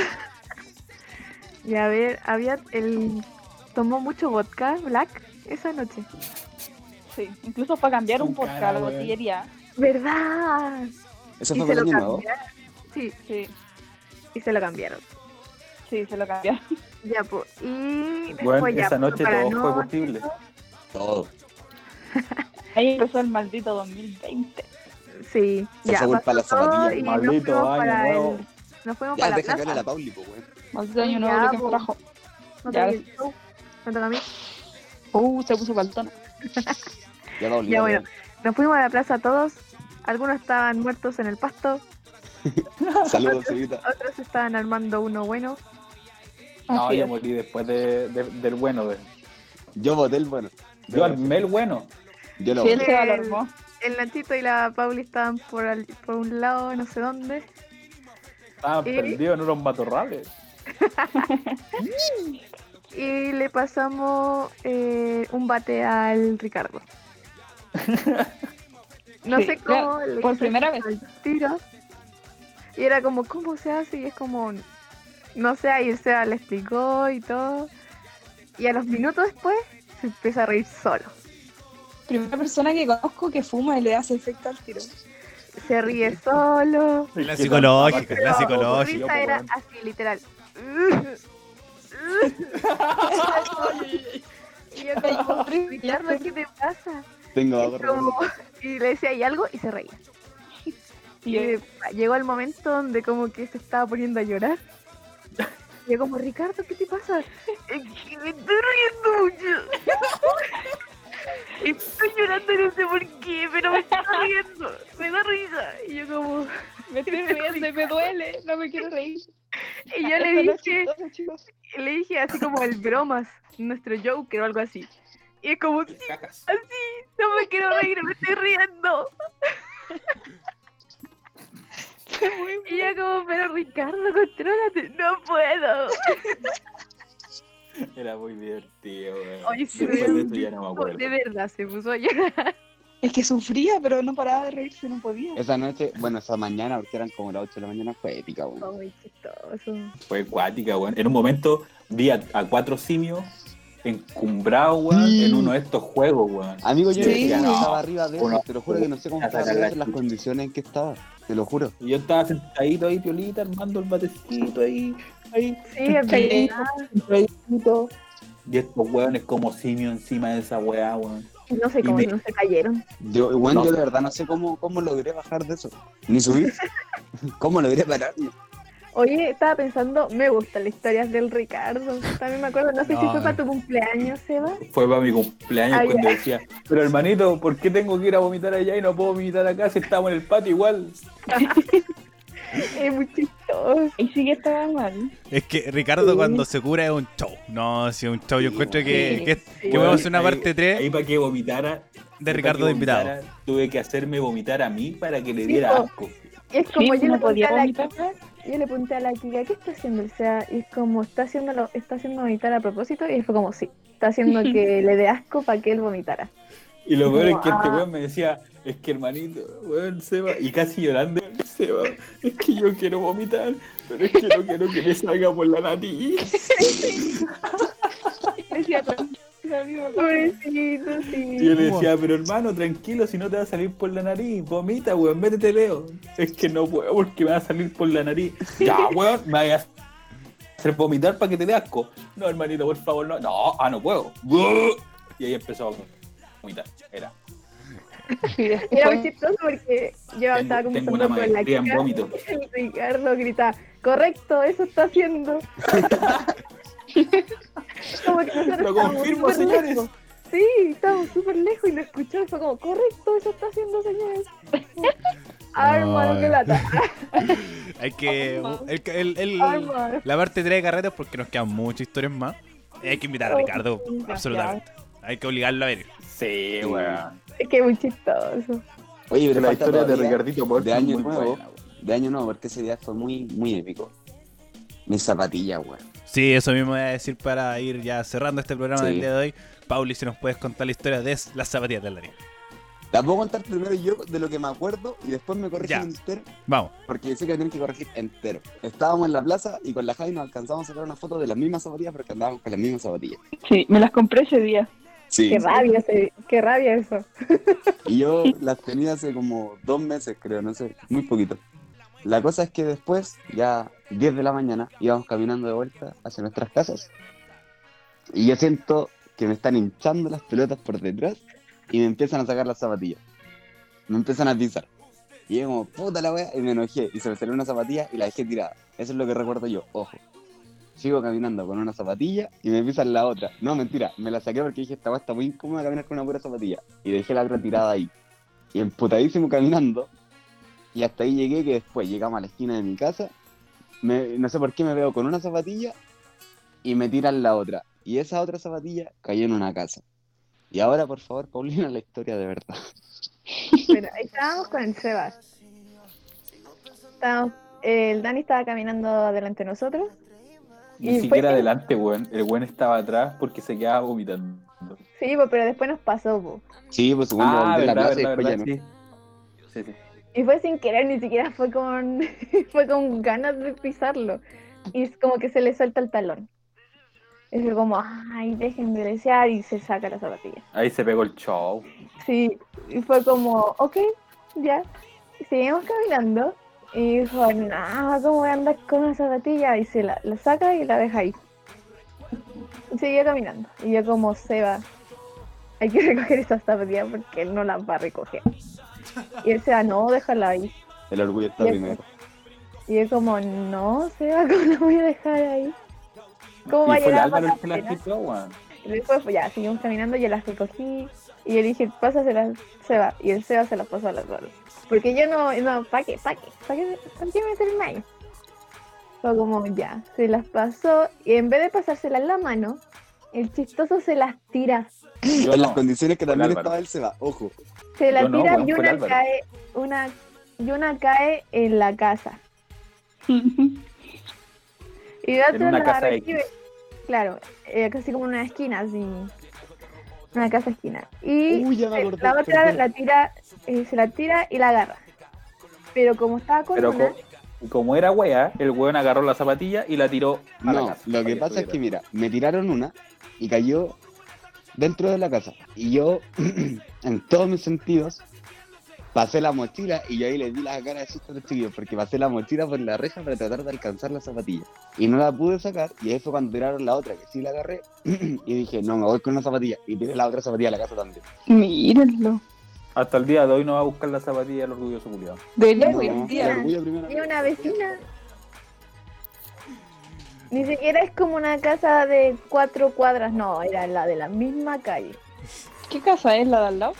S6: Y a ver, había el tomó mucho vodka black esa noche.
S1: Sí. Incluso para cambiar
S2: Con
S1: un vodka a
S2: cara,
S1: la
S2: weón.
S1: botillería.
S6: ¿Verdad?
S5: Eso
S6: y
S5: fue para
S6: se lo
S5: el año nuevo.
S6: cambiaron. Sí,
S1: Sí.
S6: y se lo cambiaron.
S1: Sí, se lo cambiaron.
S6: Ya, pues. Y después
S2: Bueno,
S6: ya,
S2: esa
S6: pues,
S2: noche
S6: para
S2: todo
S6: no-
S2: fue posible.
S5: Todo.
S1: Ahí empezó el maldito 2020.
S6: Sí,
S5: Se
S6: ya.
S5: fue culpa
S6: pasó
S5: las
S6: todo
S5: zapatillas,
S6: y nos
S2: Maldito
S6: fuimos
S2: año
S6: para
S2: nuevo.
S6: el- Nos fuimos
S5: Ya,
S6: para la
S5: deja que
S6: plaza.
S5: hable la Pauli, pues, weón.
S1: Maldito año
S6: Ya,
S1: nuevo, que
S6: po.
S1: carajo.
S6: No
S1: Ya.
S6: te- no, me toca a mí.
S1: Uh, se puso paltona.
S5: Ya, Pauli.
S6: Ya,
S5: dale,
S6: bueno. Nos fuimos a la plaza todos. Algunos estaban muertos en el pasto,
S5: dale. Saludos, señorita.
S6: otros estaban armando uno bueno.
S2: No,
S1: Así
S2: yo
S1: es.
S2: morí después de- de- del bueno. de-
S5: Yo voté el bueno.
S2: Yo armé el bueno.
S5: Yo lo
S1: Sí, él
S5: voté.
S1: se alarmó.
S6: El Nachito y la Pauli estaban por, al- por un lado, no sé dónde.
S2: Estaba
S6: ¿Y?
S2: perdido en unos matorrales.
S6: Y le pasamos eh, un bate al Ricardo. No
S1: Sí,
S6: sé cómo.
S1: claro,
S6: le
S1: por
S6: hizo
S1: primera vez.
S6: el Tiro. Y era como, ¿cómo se hace? Y es como, no sé, ahí el Seba le explicó y todo. Y a los minutos después se empieza a reír solo.
S1: Primera persona que conozco que fuma y le hace efecto al tiro.
S6: Se ríe solo.
S3: La psicológica, la
S6: Pero
S3: psicológica.
S6: Su risa era así, literal. y yo como, Ricardo, ¿qué te pasa?
S5: Tengo
S6: Y, como-
S5: agua.
S6: y le decía ahí algo y se reía. Y
S1: Y
S6: eh, llegó el momento donde como que se estaba poniendo a llorar. Y yo como, Ricardo, ¿qué te pasa? "Es que me estoy riendo mucho. Estoy llorando, no sé por qué, pero me está riendo. Me da risa. Y yo como...
S1: me estoy riendo y me duele, no me quiero reír.
S6: Y yo le
S1: Eso no es
S6: dije,
S1: chistoso, chicos.
S6: le dije así como el bromas, nuestro Joker o algo así. Y es como, "Sí, así, no me quiero reír, me estoy riendo. Y yo como, pero Ricardo, contrólate, no puedo.
S2: Era muy divertido, weón.
S6: Oye, sí,
S2: Después de
S6: weón.
S2: eso ya no me acuerdo.
S6: De verdad, se puso a llorar.
S1: Es que sufría, pero no paraba de reírse, no podía.
S5: Esa noche, bueno, esa mañana, porque eran como las 8 de la mañana, fue épica, weón.
S6: Ay, chistoso.
S2: Fue acuática, weón. En un momento vi a, a cuatro simios encumbrados, weón,
S5: Mm.
S2: en uno de estos juegos, weón.
S5: Amigo, yo
S2: Sí.
S5: decía,
S2: No.
S5: estaba arriba de
S2: Uno-
S5: eso, te lo juro que no sé cómo
S2: Ya
S5: estaba
S2: saca
S5: arriba
S2: la-
S5: de las condiciones en que estaba, te lo juro.
S2: Y yo estaba sentadito ahí, piolita, armando el batecito ahí, ahí,
S6: Sí, es
S1: Sí.
S6: verdad.
S2: sentadito. Y estos weones como simio encima de esa weá, weón.
S6: No sé
S2: Y
S6: cómo
S2: me-
S6: no se cayeron.
S5: Yo, weón,
S2: No.
S5: yo de verdad no sé cómo, cómo logré bajar de eso, ni subir. ¿Cómo logré pararme?
S6: Oye, estaba pensando, me gustan las historias del Ricardo. También me acuerdo, no sé si
S3: No.
S6: fue para tu cumpleaños, Seba.
S2: Fue para mi cumpleaños
S6: Ay,
S2: cuando decía, pero hermanito, ¿por qué tengo que ir a vomitar allá y no puedo vomitar acá si estamos en el patio igual?
S6: Es muy chistoso.
S1: Y sí que estaba mal.
S3: Es que Ricardo cuando se cura es un show. No, si es un show. Yo
S5: Sí,
S3: encuentro
S1: sí,
S3: que, que,
S1: sí.
S3: que
S2: Weón,
S3: vamos a hacer una
S2: ahí-
S3: parte 3
S2: Ahí para que vomitara,
S3: de
S2: Para
S3: Ricardo
S2: que
S3: de invitado.
S2: vomitara, Tuve que hacerme vomitar a mí para que le
S6: Sí,
S2: diera
S6: po.
S2: asco.
S6: Y es como
S1: Sí,
S6: yo,
S1: no
S6: le pregunté
S1: podía
S6: a la
S1: vomitar.
S6: Kika, yo le pregunté a la Kika, ¿qué está haciendo? O sea, y es como, está haciéndolo, está haciendo vomitar a propósito, y fue como, sí, está haciendo que le dé asco para que él vomitara.
S2: Y lo peor es que
S6: Guau.
S2: este weón me decía, es que hermanito, weón, Seba, y casi llorando, Seba, es que yo quiero vomitar, pero es que no quiero que me salga por la nariz.
S1: Decía, "Tranquila, amigo".
S6: Pobrecito,
S2: Y yo
S6: sí.
S2: le decía, pero hermano, tranquilo, si no te va a salir por la nariz, vomita, weón, métete Leo. Es que no puedo porque me va a salir por la nariz. Ya, weón, me voy a hacer vomitar para que te dé asco. No, hermanito, por favor, no. No, ah, no puedo. Y ahí empezó a vomitar. Era.
S1: Y
S6: Y Era muy
S1: después,
S6: chistoso porque yo
S2: Tengo-
S6: estaba
S2: tengo
S6: conversando
S2: una
S6: con la
S2: maestría
S6: Kika
S2: en vómito.
S6: y Ricardo grita, correcto, eso está haciendo. como que nosotros
S2: Lo
S6: estábamos
S2: confirmo,
S6: súper
S2: señores.
S6: lejos. Sí, estábamos súper lejos y lo escuchó y fue como, correcto, eso está haciendo, señores. Ay, hermano, qué lata.
S3: Hay que. el- el- el-
S6: Ay, hermano.
S3: la parte 3 de carretas porque nos quedan muchas historias más. Y hay que invitar a
S1: Oh,
S3: Ricardo, absolutamente. Hay que obligarlo a venir.
S2: Sí,
S5: weón.
S6: Es que es muy chistoso.
S5: Oye, pero
S2: La
S5: falta
S2: historia de
S5: todavía
S2: Ricardito Borges
S5: de
S2: es
S5: año
S2: muy
S5: nuevo,
S2: buena, weón.
S5: de año nuevo, porque ese día fue muy, muy épico. Mis zapatillas, weón.
S3: Sí, eso mismo voy a decir para ir ya cerrando este programa
S5: Sí.
S3: del día de hoy. Pauli, si nos puedes contar la historia de las zapatillas del Daniel.
S5: Las voy a contar primero yo de lo que me acuerdo y después me corrigen
S3: Ya.
S5: entero,
S3: Vamos.
S5: porque sé que tienen que corregir entero. Estábamos en la plaza y con la Javi nos alcanzamos a sacar una foto de las mismas zapatillas porque andábamos con las mismas zapatillas.
S1: sí, me las compré ese día.
S5: Sí.
S6: Qué rabia, ese- qué rabia eso.
S5: Y yo las tenía hace como dos meses, creo, no sé, muy poquito. La cosa es que después, ya 10 de la mañana, íbamos caminando de vuelta hacia nuestras casas. Y yo siento que me están hinchando las pelotas por detrás y me empiezan a sacar las zapatillas. Me empiezan a pisar. Y yo como, puta la wea, y me enojé. Y se me salió una zapatilla y la dejé tirada. Eso es lo que recuerdo yo, ojo. Sigo caminando con una zapatilla y me pisan la otra. No, mentira, me la saqué porque dije, esta wea está muy incómoda caminar con una pura zapatilla. Y dejé la otra tirada ahí. Y emputadísimo caminando. Y hasta ahí llegué que después llegamos a la esquina de mi casa. me- no sé por qué me veo con una zapatilla y me tiran la otra. Y esa otra zapatilla cayó en una casa. Y ahora, por favor, Paulina, la historia de verdad.
S6: Bueno, ahí estábamos con el Sebas. Estábamos- el Dani estaba caminando delante de nosotros.
S2: Ni
S6: Y
S2: siquiera
S6: fue-
S2: adelante, weón. El weón estaba atrás porque se quedaba vomitando.
S6: Sí, po, pero después nos pasó. po.
S5: Sí, pues supongo
S2: Ah,
S5: que volví a la plaza y después ya no.
S2: sí. Sí, sí.
S6: Y fue sin querer, ni siquiera fue con, fue con ganas de pisarlo. Y es como que se le suelta el talón. Y fue como, ay, dejen de desear y se saca la zapatilla.
S2: Ahí se pegó el show.
S6: Sí, y fue como, ok, ya. Y seguimos caminando. Y dijo, no, ¿cómo voy a andar con una zapatilla? Y se la, la saca y la deja ahí. Y seguía caminando. Y yo como, Seba, hay que recoger esas zapatillas porque él no las va a recoger. Y él Seba, no, déjala ahí.
S5: El orgullo está
S6: Ya
S5: primero.
S6: Y yo como, no, Seba, ¿cómo la voy a dejar ahí? ¿Cómo va a
S2: Y fue el
S6: llegar a
S2: Álvaro el que la
S6: Palacena?
S2: explicó, weón.
S6: Y después pues, ya, seguimos caminando, yo las recogí y yo dije, pásaselas, Seba. Y el Seba se las pasó a las dos. Porque yo no, no, ¿pa' qué? ¿Pa' qué? ¿Pa' qué, pa qué meterme ahí? Fue como ya, se las pasó y en vez de pasárselas en la mano, el chistoso se las tira.
S2: Yo
S5: en las
S2: no.
S5: condiciones que
S2: Fue el
S5: también
S2: Álvaro.
S5: estaba él se va, ojo.
S6: Se las
S2: Yo no,
S6: tira
S2: weón,
S6: y
S2: fue el
S6: una
S2: Álvaro.
S6: cae, una, y una cae en la casa. Y la
S2: En
S6: otra
S2: una
S6: la
S2: casa
S6: recibe.
S2: X.
S6: Claro, eh, casi como en una esquina, así. Una casa esquina. Y
S5: Uy, ya me
S6: se-
S5: acordé,
S6: la otra
S5: perdón.
S6: la tira, eh, se la tira y la agarra. Pero como estaba con
S2: Pero
S6: una,
S2: co- como era weá, el weón agarró la zapatilla y la tiró a la
S5: No,
S2: casa.
S5: lo que
S2: Para
S5: pasa es que,
S2: estuviera.
S5: mira, me tiraron una y cayó dentro de la casa. Y yo, en todos mis sentidos, pasé la mochila y yo ahí le di la cara de susto a los chiquillos porque pasé la mochila por la reja para tratar de alcanzar la zapatilla. Y no la pude sacar y ahí fue cuando tiraron la otra, que sí la agarré y dije, no, me voy con una zapatilla. Y tiré la otra zapatilla a la casa también.
S1: Mírenlo.
S2: Hasta el día de hoy no va a buscar la zapatilla el orgulloso culiado.
S1: Debería
S6: No,
S1: huir un
S5: el
S1: día.
S5: orgullo primero.
S6: y una vecina. Ni siquiera es como una casa de cuatro cuadras, no, era la de la misma calle.
S1: ¿Qué casa es la de al lado?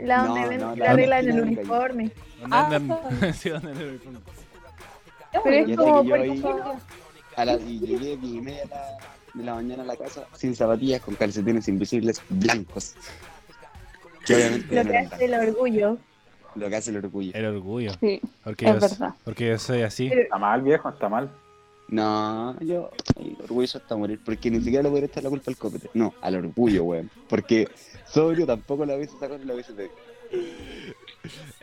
S6: La
S5: No,
S6: donde ven-
S5: no,
S6: la
S5: la esquina
S6: arreglan el
S5: de la calle.
S6: uniforme.
S3: ¿Dónde
S1: Ah,
S3: andan? Sí, ¿dónde andan el uniforme?
S6: Pero
S5: Ya
S6: es
S5: sé
S6: como,
S5: que yo
S6: ¿por
S5: ahí-
S6: qué no?
S5: A la, y llegué diez y media de la, de la mañana a la casa sin zapatillas, con calcetines invisibles blancos. Que obviamente
S6: Lo
S5: no
S6: que
S5: eran
S6: hace el orgullo.
S5: blancos, lo que hace el orgullo.
S3: El orgullo.
S1: Sí,
S3: Porque
S1: es
S3: yo,
S1: verdad.
S3: porque yo soy así.
S6: Pero-
S2: Está mal, viejo, está mal.
S5: No, yo, el orgullo hasta morir, porque ni siquiera le voy a echar la culpa al copete. No, al orgullo, weón. Porque sobrio tampoco la hubiese sacado ni la hubiese pedido.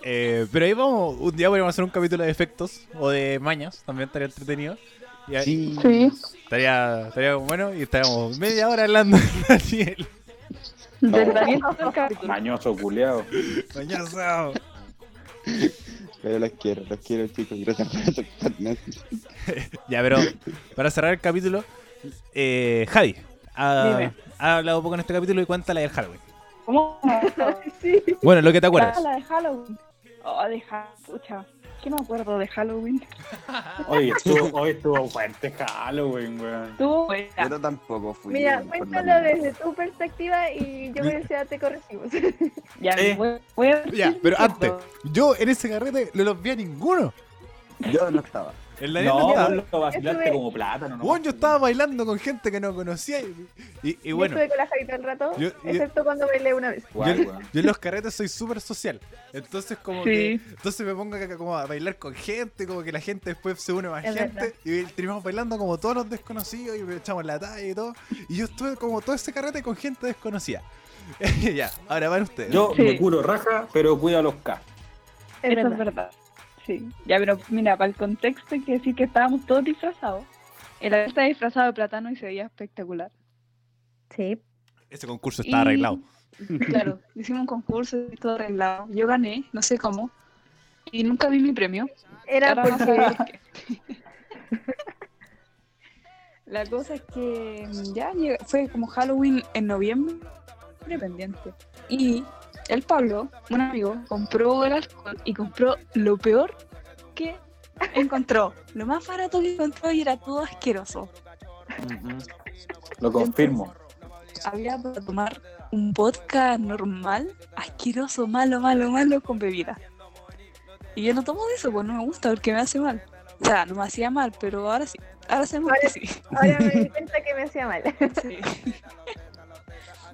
S3: Eh, pero ahí vamos, un día podríamos hacer un capítulo de efectos o de mañas, también estaría entretenido. Y ahí
S5: Sí,
S1: Sí,
S3: estaría, estaría bueno y estaríamos media hora hablando de Daniel.
S1: del
S5: No.
S1: Daniel todo el capítulo.
S2: Mañoso culiado.
S3: Mañoso.
S5: pero los quiero, los quiero, chicos. Gracias por aceptarme.
S3: Ya, pero para cerrar el capítulo, eh, Javi ha,
S1: Dime.
S3: ha hablado poco en este capítulo y cuenta la del Halloween.
S1: ¿Cómo?
S6: Sí.
S3: Bueno, lo que te acuerdas.
S1: Ah, la de Halloween. Oh, de Ha- pucha. ¿Qué me acuerdo de Halloween?
S2: Hoy estuvo, hoy estuvo fuerte Halloween, weón.
S1: Tú, buena.
S5: Yo tampoco fui.
S6: Mira,
S5: weón, por la
S6: cuéntalo
S5: mierda.
S6: desde tu perspectiva y yo me "Ah, te corregimos.
S1: Ya,
S2: Sí.
S1: voy, voy a
S3: Ya, pero antes,
S1: decirlo.
S3: yo en ese carrete no los vi a ninguno.
S5: Yo no estaba.
S3: El Daniel no,
S2: No,
S3: estaba.
S2: vos lo vacilaste
S6: Estuve-
S2: como plátano. ¿no?
S3: Bueno, yo estaba bailando con gente que no conocía y, y- y bueno.
S6: Yo estuve con la Javi todo el rato,
S3: Yo- yo-
S6: excepto cuando bailé una vez.
S2: Guay,
S3: Yo-
S2: weón.
S3: Yo en los carretes soy súper social. Entonces como
S1: Sí.
S3: que, entonces me pongo acá como a bailar con gente, como que la gente después se une más
S6: Es
S3: gente
S6: verdad.
S3: y terminamos bailando como todos los desconocidos y echamos la talla y todo. Y yo estuve como todo ese carrete con gente desconocida. ya, ahora van ustedes.
S2: Yo
S1: Sí.
S2: me curo raja, pero cuido a los K.
S6: Es
S1: Eso
S6: verdad.
S1: es verdad. Sí. Ya, pero mira, para el contexto hay que decir que estábamos todos disfrazados. El Abel estaba disfrazado de plátano y se veía espectacular.
S6: Sí.
S3: Ese concurso está arreglado.
S1: Claro, hicimos un concurso y todo arreglado. Yo gané, no sé cómo. Y nunca vi mi premio.
S6: Era
S1: Ahora vamos a
S6: porque
S1: ver qué. La cosa es que mm, ya llega- fue como Halloween en noviembre, independiente. Y el Pablo, un amigo, compró el alcohol y compró lo peor que encontró. lo más barato que encontró y era todo asqueroso.
S2: Lo confirmo.
S1: Había para tomar un vodka normal, asqueroso, malo, malo, malo, con bebida. Y yo no tomo de eso, pues no me gusta porque me hace mal. O sea, no me hacía mal, pero ahora sí. Ahora sabemos que sí.
S6: ahora me di cuenta que me hacía mal.
S1: Sí.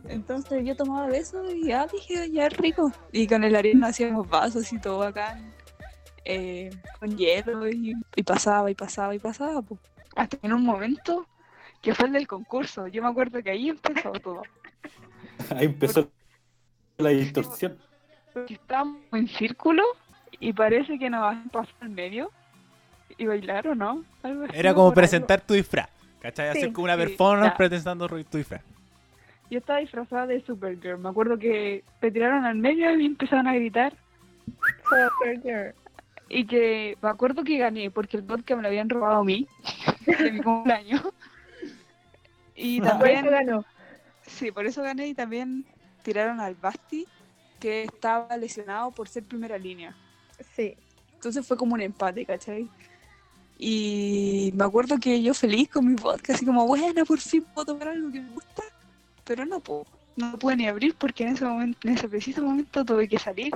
S1: Entonces yo tomaba de eso y ya dije, ya es rico. Y con el arena hacíamos vasos y todo acá, eh, con hielo y, y pasaba y pasaba y pasaba. po. Hasta que en un momento que fue el del concurso. Yo me acuerdo que ahí empezó todo.
S2: Ahí empezó la distorsión.
S1: Porque estábamos en círculo y parece que nos van a pasar al medio y bailar o no. Algo así,
S3: Era
S1: me
S3: como
S1: acuerdo.
S3: presentar tu disfraz. ¿Cachai? Hacer
S6: Sí,
S3: como una
S1: sí,
S3: performance
S1: ya.
S3: presentando tu disfraz.
S1: Yo estaba disfrazada de Supergirl. Me acuerdo que me tiraron al medio y empezaron a gritar.
S6: Supergirl.
S1: Y que me acuerdo que gané porque el vodka me lo habían robado a mí de mi cumpleaños. Y
S6: Por eso
S1: también,
S6: ganó.
S1: sí, por eso gané y también tiraron al Basti que estaba lesionado por ser primera línea.
S6: Sí.
S1: Entonces fue como un empate, ¿cachai? Y me acuerdo que yo feliz con mi vodka, así como, bueno, por fin puedo tomar algo que me gusta, pero no puedo. No lo pude ni abrir porque en ese momento, en ese preciso momento tuve que salir.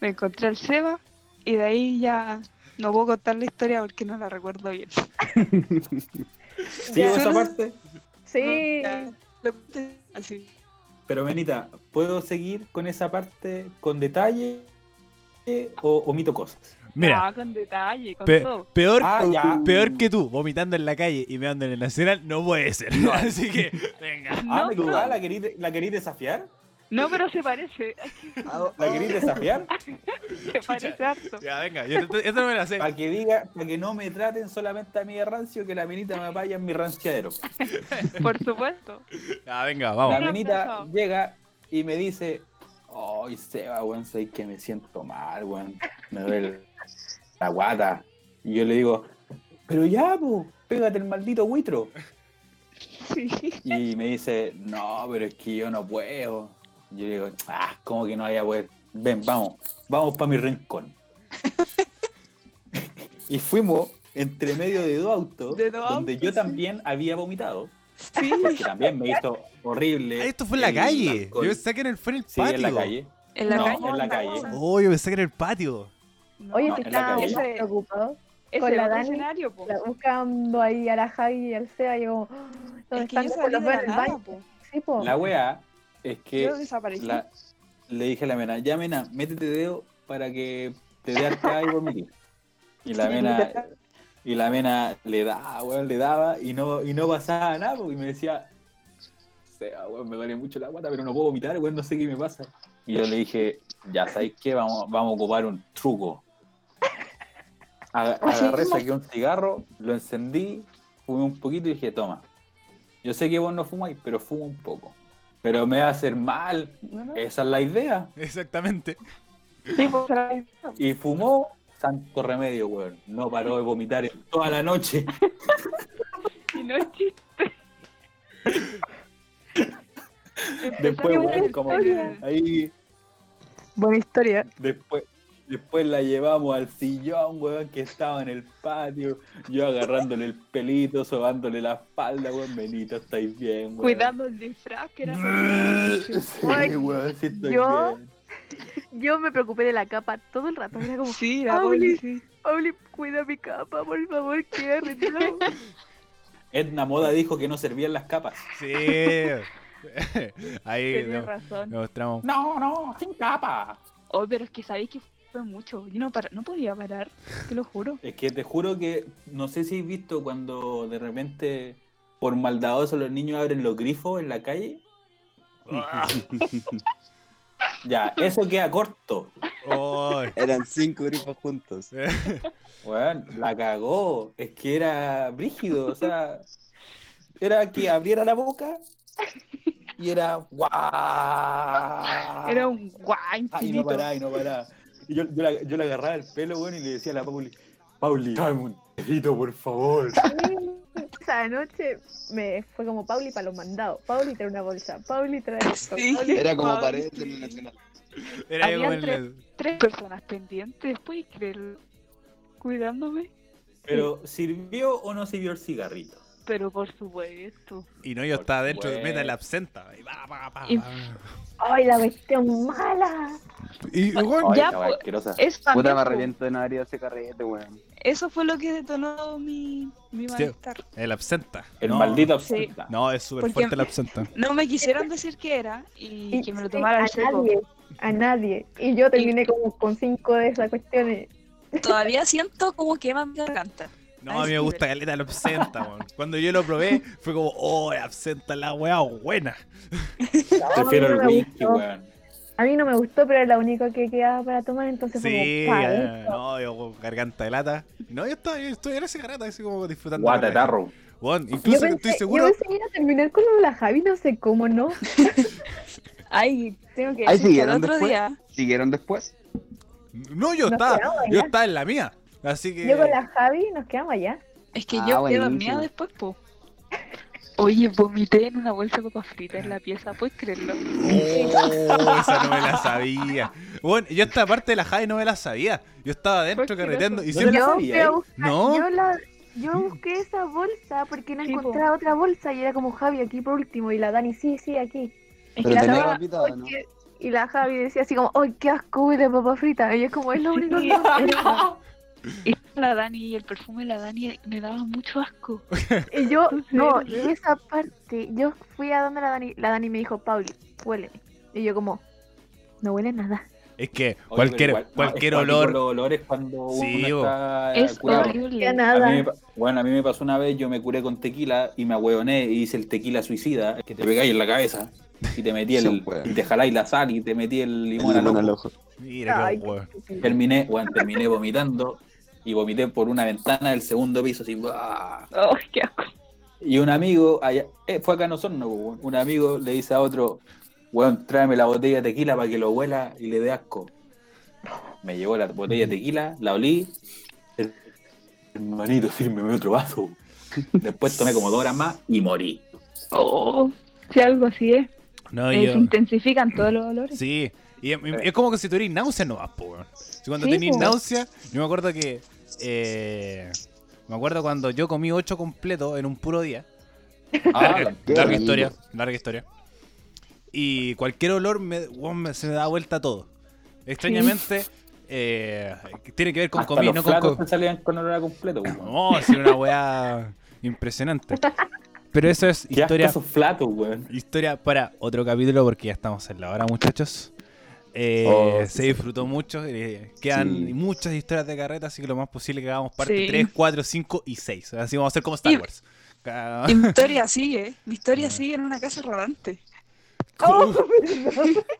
S1: Me encontré al Seba y de ahí ya no puedo contar la historia porque no la recuerdo bien.
S2: Sí,
S6: Ya.
S2: esa parte.
S6: Sí.
S1: Ya, lo conté así.
S2: Pero Benita, ¿puedo seguir con esa parte con detalle eh, o omito cosas?
S3: Mira,
S1: Ah, con detalle, con
S3: pe-
S1: todo.
S3: peor,
S2: Ah, ya.
S3: peor que tú, vomitando en la calle y meando en el nacional, no puede ser. Así que, venga.
S2: Ah,
S1: No,
S2: me dudaba, ¿la querí, la querí desafiar?
S1: No, pero se parece,
S2: ¿La querí desafiar?
S1: se parece harto.
S3: Ya, venga, yo, esto no me la sé.
S2: Para que diga, para que no me traten solamente a mí de rancio, que la Benita me vaya en mi ranciadero.
S1: Por supuesto.
S3: Ya, venga,
S2: La
S3: vamos.
S1: Pero
S2: Benita
S1: empezó.
S2: llega y me dice, ay Seba, weón, sé que me siento mal, weón. Me duele la guata. Y yo le digo, pero ya, po, pégate el maldito buitro. Y me dice, no, pero es que yo no puedo. Yo le digo, ah, ¿cómo que no voy a poder? Ven, vamos, vamos para mi rincón. y fuimos entre medio de dos autos,
S1: De dos
S2: donde
S1: autos,
S2: yo
S1: sí.
S2: también había vomitado,
S1: Sí,
S2: que también me hizo horrible.
S3: Ah, esto fue en la
S2: el
S3: calle.
S2: alcohol.
S3: Yo pensé que en el- fue en el
S2: Sí,
S3: patio.
S2: en la calle.
S1: en la
S2: no,
S1: calle.
S2: en la calle.
S3: Oh, yo pensé que en el patio.
S6: Oye,
S2: No,
S6: te
S2: en la
S6: estaba
S2: calle.
S6: muy preocupado.
S1: Ese
S6: Con la
S1: otro
S6: Dani,
S1: escenario, po.
S6: La- buscando ahí a la Javi y al Seba, y yo, ¿dónde
S1: Es que yo
S6: están?
S1: salí
S6: Los
S1: de
S6: veo
S1: la
S6: en el
S1: nada,
S6: baño.
S1: po.
S6: Sí, po.
S2: La weá es que
S1: Yo desaparecí.
S2: la- le dije a la mena, ya mena, métete dedo para que te dé acá y vomitar. Y la mena, y la mena le daba, weón, le daba y no, y no pasaba nada, po, y me decía, "Seba, weón, me duele mucho la guata, pero no puedo vomitar, weón, no sé qué me pasa. Y yo le dije, ya sabéis qué, vamos, vamos a ocupar un truco. Aga- Agarré, saqué un cigarro, lo encendí, fumé un poquito y dije, toma. Yo sé que vos no fumáis, pero fumo un poco. Pero me va a hacer mal. Esa es la idea.
S3: Exactamente.
S1: Sí, po, esa era la-
S2: Y fumó santo remedio, weón. No paró de vomitar en toda la noche.
S1: Y no es chiste.
S2: Después,
S1: Empezamos
S2: weón,
S1: la
S2: como
S1: historia.
S2: ahí,
S6: Buena historia.
S2: después, después la llevamos al sillón, weón, que estaba en el patio. Yo agarrándole el pelito, sobándole la espalda, weón. Benito, estáis bien, weón.
S1: Cuidando el disfraz que era.
S2: Sí, weón, sí estoy
S6: Yo-
S2: bien.
S6: Yo me preocupé de la capa todo el rato. Era como,
S1: Sí,
S6: Ah,
S1: la poli,
S6: Oli.
S1: sí.
S6: Pauli, cuida mi capa, por favor, que arreglado.
S2: Edna Moda dijo que no servían las capas.
S3: Sí. Ahí
S6: Tenía
S3: nos
S6: razón.
S3: nos mostramos.
S2: No, no, sin capa.
S1: Oh, pero es que sabéis que fue mucho. Yo no, para- no podía parar, te lo juro.
S2: Es que te juro que no sé si has visto cuando de repente por maldadoso los niños abren los grifos en la calle. Ya, eso queda corto.
S3: Oh,
S5: Eran cinco grupos juntos.
S2: Weón, la cagó. Es que era brígido, o sea, era que abriera la boca y era guau.
S1: Era un guay
S2: Ah, y no
S1: infinito.
S2: pará, y no pará. Y yo, yo la, yo la agarraba el pelo, weón, y le decía a la Pauli, Pauli, dame un dedito, por favor.
S6: Esa noche me fue como Pauli para los mandados. Pauli trae una bolsa. Pauli trae esto.
S4: Sí.
S6: Pauli-
S5: Era como
S6: Pauli-
S5: pared del nacional.
S3: Era
S1: Habían
S3: como el-
S1: tres- Tres personas pendientes, puedes creerlo. Cuidándome,
S2: Pero, ¿sirvió o no sirvió el cigarrito?
S1: pero por supuesto.
S3: Y no, yo
S2: Por
S3: estaba dentro de
S2: supuesto.
S3: meta el absenta. Y, pa, pa, pa,
S1: Y-
S3: pa.
S6: Ay, la cuestión mala.
S3: Y, bueno,
S1: Ya,
S2: esa weá
S1: pues,
S2: asquerosa.
S1: Eso,
S5: Puta,
S1: también,
S5: me
S1: po.
S5: arrepiento de no haber ido a ese carrete, weón.
S1: eso fue lo que detonó mi, mi malestar.
S3: el absenta.
S2: El
S3: No,
S2: maldito
S1: Sí.
S2: absenta.
S3: No, es súper
S1: Porque-
S3: fuerte el absenta.
S1: No me quisieron decir qué era y que me lo
S6: Sí,
S1: tomara
S6: a
S1: el chico.
S6: nadie. A nadie. Y yo terminé como con cinco de esas cuestiones.
S1: Todavía siento como quema mi garganta.
S3: No, a mí me gusta caleta el absenta, weón. Cuando yo lo probé, fue como, oh, el absenta la weá buena.
S2: Prefiero
S6: No,
S2: el
S6: a mí no me
S2: whisky,
S6: gustó.
S2: weón.
S6: A mí no me gustó, pero era la única que quedaba para tomar, entonces
S3: Sí,
S6: como,
S3: ya,
S6: pa' esto.
S3: no, yo con garganta de lata. No, yo estaba, yo estoy en ese garata, así como disfrutando.
S2: Guata,
S3: la
S2: tarro.
S3: Weón,
S6: Yo
S3: incluso que
S6: pensé-
S3: estoy seguro.
S6: Yo pensé que iba a terminar con la Javi, no sé cómo no.
S1: Ay, tengo que decir
S5: Ahí
S1: que el
S5: siguieron
S1: otro
S5: después.
S1: día.
S5: ¿Siguieron después?
S3: No, yo
S6: Nos
S3: estaba,
S6: quedamos
S3: yo
S6: allá.
S3: estaba en la mía. Así que.
S6: Yo con la Javi nos quedamos allá.
S1: Es que
S5: Ah,
S1: yo quedé
S5: buenísimo.
S1: dormida después, po. Oye, vomité en una bolsa de papas fritas en la pieza, ¿puedes creerlo?
S3: Oh, esa no me la sabía. Bueno, yo esta parte de la Javi no me la sabía. Yo estaba adentro
S6: Pues,
S3: carreteando y
S2: ¿No
S3: siempre.
S2: la
S6: yo,
S2: sabía,
S6: fui a
S2: eh?
S6: buscar-
S3: No.
S6: yo la- yo
S2: Mm.
S6: busqué esa bolsa porque no
S1: Sí, po.
S6: encontraba otra bolsa y era como Javi aquí por último y la Dani, sí, sí, aquí.
S1: Es
S5: Pero
S1: que la
S5: tenés
S1: estaba-
S2: Ah,
S5: ropita, ¿o ¿no?
S6: Porque- Y la Javi decía así como, ¡ay, qué asco de papa frita! Y es como, es lo único que...
S1: y la Dani y el perfume de la Dani me daba mucho asco.
S6: Y yo, no, y esa parte, yo fui a donde la Dani, la Dani me dijo, Pauli, huele. Y yo como, no huele nada.
S3: Es que
S2: Oye, pero
S3: cualquier,
S2: igual, no,
S3: cualquier
S2: es cuático
S3: olor.
S2: Los olores cuando
S3: Sí,
S2: uno
S3: bo.
S2: está eh,
S1: es
S2: curado.
S6: Ya
S1: horrible.
S2: A mí me
S6: nada.
S2: pa- bueno, a mí me pasó una vez, yo me curé con tequila y me ahueoné y hice el tequila suicida, que te pegáis en la cabeza y te metí
S5: Sí,
S2: el,
S5: weón.
S2: y te jaláis la sal y te metí el limón al ojo.
S3: Mira
S6: Ay,
S3: qué weón.
S2: Terminé, bueno, terminé vomitando y vomité por una ventana del segundo piso así. ¡buah!
S1: Oh, qué asco.
S2: Y un amigo, allá, eh, fue acá en Osorno, weón. un amigo le dice a otro, weón, tráeme la botella de tequila para que lo huela y le dé asco. Me llevó la botella de tequila, la olí, el- hermanito, sírmeme otro vaso. Después tomé como dos horas más y morí.
S1: Oh, si algo así es.
S3: No,
S1: Eh,
S3: yo.
S1: se intensifican todos los olores.
S3: Sí, y es, es como que si tuvieras náusea no vas, po, weón. Si cuando
S6: Sí,
S3: tenéis
S6: po.
S3: náusea, yo me acuerdo que. eh, me acuerdo cuando yo comí ocho completos en un puro día.
S2: Ah,
S3: Larga,
S5: qué
S3: larga
S5: rico.
S3: historia, larga historia. Y cualquier olor me, weón, me- se me da vuelta todo. Extrañamente, eh, tiene que ver con
S2: Hasta
S3: comida,
S2: los
S3: no con.
S2: platos
S3: co-
S2: te salían con olor a completo. weón.
S3: No, es una weá impresionante. Pero eso es
S2: Qué asco
S3: historia
S2: esos flatos, weón.
S3: Historia para otro capítulo porque ya estamos en la hora, muchachos. Eh,
S5: Oh, sí,
S3: se disfrutó mucho. eh, quedan
S5: Sí.
S3: muchas historias de carreta, así que lo más posible que hagamos parte
S1: Sí.
S3: 3, 4, 5 y 6. Así vamos a hacer como Star
S1: Y-
S3: Wars. Ca-
S1: Mi historia sigue, mi historia
S3: Ah.
S1: sigue en una casa rodante.
S3: co-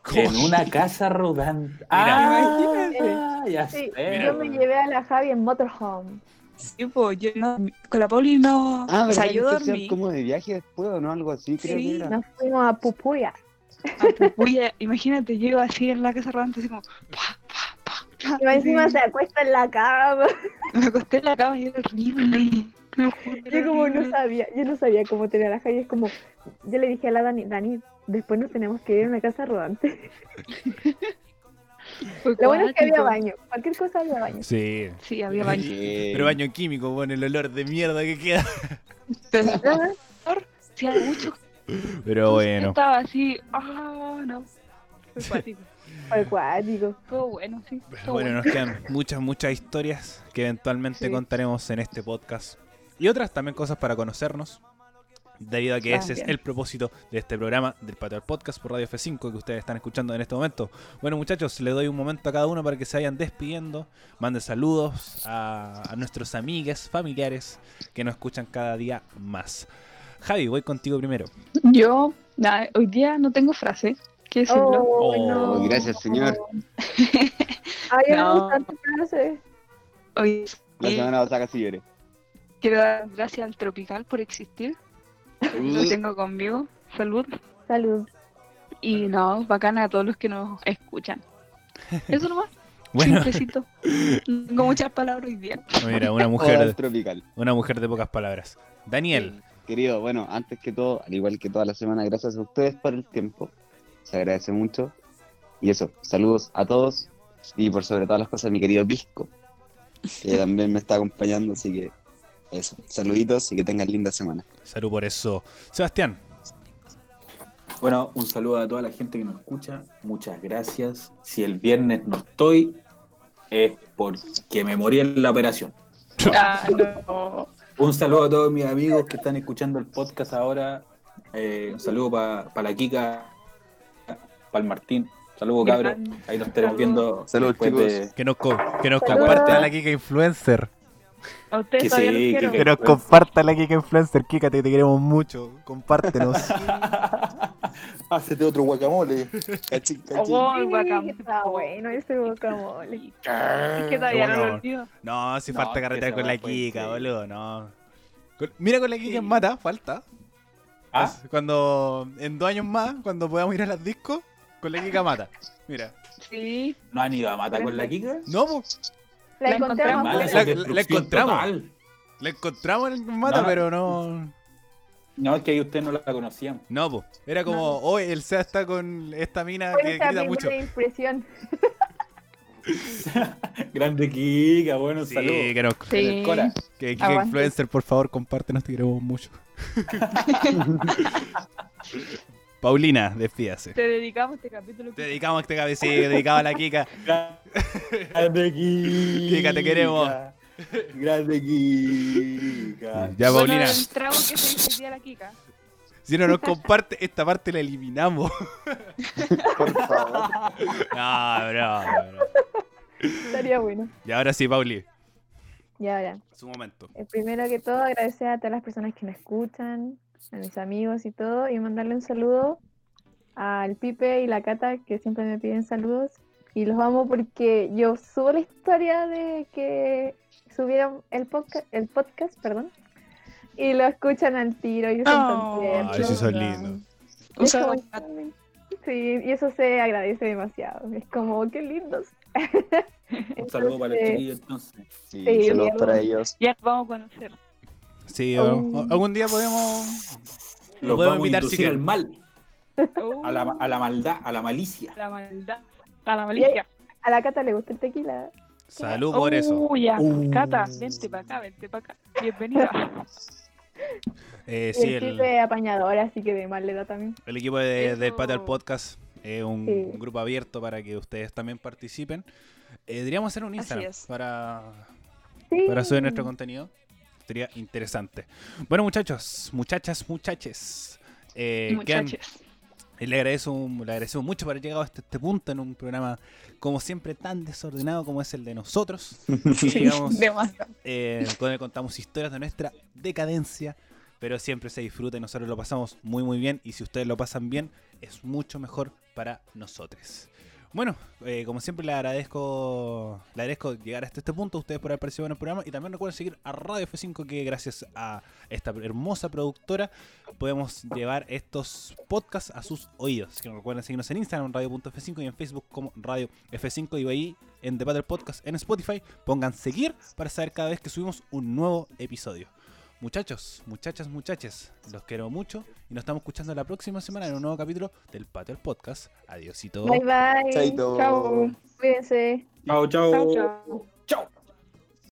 S3: co-
S2: En una casa rodante. ah, ya
S6: Ah, eh, Sí,
S2: sé,
S6: yo me
S2: weón.
S6: llevé a la Javi en motorhome.
S1: Sí, po, yo no, con la Poli no.
S5: Ah,
S1: o
S5: ¿verdad?
S1: sea,
S5: que
S1: yo
S5: ustedes se van
S1: dormí.
S5: como de viaje después o no, algo así, creo
S1: Sí,
S5: que era.
S6: Nos fuimos a Pupuya.
S1: Ah, pues, a Pupuya, imagínate, yo iba así en la casa rodante, así como. pa, pa, pa, pa,
S6: Y encima
S1: así.
S6: se acuesta en la cama.
S1: Me acosté en la cama y era horrible. te lo juro, era
S6: Yo como no
S1: horrible.
S6: sabía, yo no sabía cómo tener a la Javi. Es como, yo le dije a la Dani, Dani, después nos tenemos que ir a una casa rodante.
S1: Fue
S6: Lo bueno es que había
S1: cuático.
S6: baño. Cualquier cosa había baño.
S3: Sí.
S1: Sí, había baño.
S5: Sí.
S3: Pero baño químico, bueno, el olor de mierda que queda.
S1: Pero sí, había mucho.
S3: Pero bueno,
S1: Estaba así, ah, no. Fue cuático.
S6: Fue acuático.
S1: Estuvo bueno, sí. estuvo
S3: pero bueno, nos quedan muchas, muchas historias que eventualmente
S1: Sí.
S3: contaremos en este podcast. Y otras también cosas para conocernos. Debido a que ese es
S1: También.
S3: el propósito de este programa del Patio al Podcast por Radio F5 que ustedes están escuchando en este momento. Bueno, muchachos, les doy un momento a cada uno para que se vayan despidiendo. Manden saludos a, a nuestros amigues, familiares que nos escuchan cada día más. Javi, voy contigo primero.
S1: Yo, nada, hoy día no tengo frase. ¿Qué es
S6: Oh,
S3: Oh,
S6: no.
S5: Oh, gracias, señor.
S6: Ay, yo no.
S1: No.
S6: me gustan tus frases.
S1: Hoy
S5: La
S1: sí,
S5: semana pasada casi lloré.
S1: quiero dar gracias al Tropical por existir.
S5: Uh.
S1: Lo tengo conmigo. Salud.
S6: Salud.
S1: Y no, bacana a todos los que nos escuchan. Eso nomás.
S3: Bueno,
S1: Chistecito. Tengo muchas palabras hoy día.
S3: mira, una
S5: Joder,
S3: mujer,
S5: tropical.
S3: una mujer de pocas palabras. Daniel,
S5: Querido, bueno, antes que todo, al igual que toda la semana, gracias a ustedes por el tiempo. Se agradece mucho. Y eso, saludos a todos. Y por sobre todas las cosas, mi querido Pisco, que también me está acompañando. Así que, eso, saluditos y que tengan linda semana.
S3: salud por eso. Sebastián,
S2: Bueno, un saludo a toda la gente que nos escucha. Muchas gracias. Si el viernes no estoy, es porque me morí en la operación.
S4: Ah, no.
S2: Un saludo a todos mis amigos que están escuchando el podcast ahora. Eh, un saludo para la Kika, para el Martín. Saludos, cabros. Ahí nos estaremos viendo.
S5: Saludos,
S2: después
S5: chicos.
S2: de-
S3: que nos, co- que nos
S6: Saludos.
S3: comparta la Kika Influencer.
S4: A ustedes
S2: Que
S4: todavía los
S2: sí,
S4: quiero.
S2: que-
S3: la Kika Influencer. Kika, te, te queremos mucho. Compártenos.
S5: Hacete otro guacamole. Cachín,
S4: Oh,
S5: cachín.
S4: wow,
S6: Ay,
S4: el guacamole.
S6: está bueno ese guacamole.
S2: Ah,
S4: Es que todavía no lo olvido.
S3: No, si
S2: No,
S3: falta
S2: es que
S3: carretera
S2: esa
S3: con
S2: weá
S3: la
S2: fue
S3: Kika,
S2: increíble.
S3: boludo, no. Con- Mira con la Kika en Mata, falta.
S2: Ah,
S3: Cuando, en dos años más, cuando podamos ir a las discos, con la Kika Mata. Mira.
S1: Sí.
S2: ¿no han ido a matar con la Kika?
S3: No, pues,
S6: La
S1: La
S6: encontramos.
S1: encontramos.
S2: Mal,
S6: afuera.
S2: esa
S3: La- la
S2: destrucción
S3: encontramos.
S2: total.
S3: la encontramos en Mata,
S2: No, no.
S3: pero no...
S2: No, es que ahí ustedes no la conocían.
S3: No, pues, era como, hoy el SEA está con esta mina
S6: Fue
S3: que
S6: nuestra
S3: grita
S6: primera
S3: mucho.
S6: impresión.
S2: Grande Kika, bueno,
S3: Sí,
S2: saludos.
S3: que nos-
S1: Sí.
S2: En el Cora.
S3: Que Kika
S1: Aguante.
S3: Influencer, por favor, compártenos, te queremos mucho. Paulina, despídase.
S4: Te dedicamos este capítulo.
S3: Te dedicamos a este cabecillo, dedicado a la Kika.
S2: Grande Kika.
S3: Kika, te queremos.
S2: Grande Kika.
S3: Ya,
S4: Bueno,
S3: Paulina.
S4: el trago que se hizo hoy día la Kika.
S3: Si no nos comparte, esta parte la eliminamos.
S5: Por favor.
S3: No, bro,
S6: Estaría bueno.
S3: Y ahora sí, Pauli,
S6: Y ahora.
S3: su momento.
S6: Eh, Primero que todo, agradecer a todas las personas que me escuchan, a mis amigos y todo, y mandarle un saludo al Pipe y la Cata, que siempre me piden saludos. Y los amo porque yo subo la historia de que subieron el podcast, el podcast perdón, y lo escuchan al tiro. Y
S1: Oh.
S3: Ay, sí, son lindos.
S1: Usa
S6: Sí, y eso se agradece demasiado. Es como, qué lindos.
S2: Un saludo para los
S6: Entonces,
S2: chiquillos entonces.
S5: Sí,
S6: Sí,
S5: saludos
S6: bien.
S5: para ellos.
S4: Ya nos vamos a conocer.
S3: Sí,
S6: Oh.
S3: algún- algún día podemos.
S2: Los
S3: podemos
S2: vamos a
S3: invitar,
S2: inducir
S3: chiquillos.
S2: al mal,
S4: Uh,
S2: a la, a la maldad, a la malicia.
S4: la maldad. A la malicia.
S6: A la Cata le gusta el tequila.
S3: Salud por eso.
S4: Uh, ya.
S2: Uh.
S4: Cata, vente para acá, vente para acá. Bienvenida.
S3: Eh,
S6: Y
S3: sí,
S6: el
S3: el,
S6: Pipe apañador, así que de mal le da también.
S3: el equipo de, del
S4: Eso.
S3: Pater Podcast es un,
S6: Sí.
S3: un grupo abierto para que ustedes también participen. Eh, deberíamos hacer un Instagram
S4: es.
S3: para,
S6: Sí.
S3: para subir nuestro contenido. Sería interesante. Bueno, muchachos, muchachas, muchaches. Eh, quedan-
S4: Muchachos.
S3: Y Le agradezco, le agradezco mucho por haber llegado hasta este punto en un programa, como siempre, tan desordenado como es el de nosotros. Que llegamos,
S1: Demasiado.
S3: eh, con él contamos historias de nuestra decadencia, pero siempre se disfruta y nosotros lo pasamos muy, muy bien. Y si ustedes lo pasan bien, es mucho mejor para nosotros. Bueno, eh, como siempre, le agradezco, le agradezco llegar hasta este punto, a ustedes por haber participado en el programa. Y también recuerden seguir a Radio F5, que gracias a esta hermosa productora podemos llevar estos podcasts a sus oídos. Así que recuerden seguirnos en Instagram, radio.f5 y en Facebook como Radio F5 y ahí en The Battle Podcast en Spotify. Pongan seguir para saber cada vez que subimos un nuevo episodio. Muchachos, muchachas, muchaches, los quiero mucho y nos estamos escuchando la próxima semana en un nuevo capítulo del Pater Podcast. Adiosito.
S6: Bye bye.
S5: Chaito.
S1: Chao.
S6: Cuídense.
S2: Chao,
S4: Chao, chao.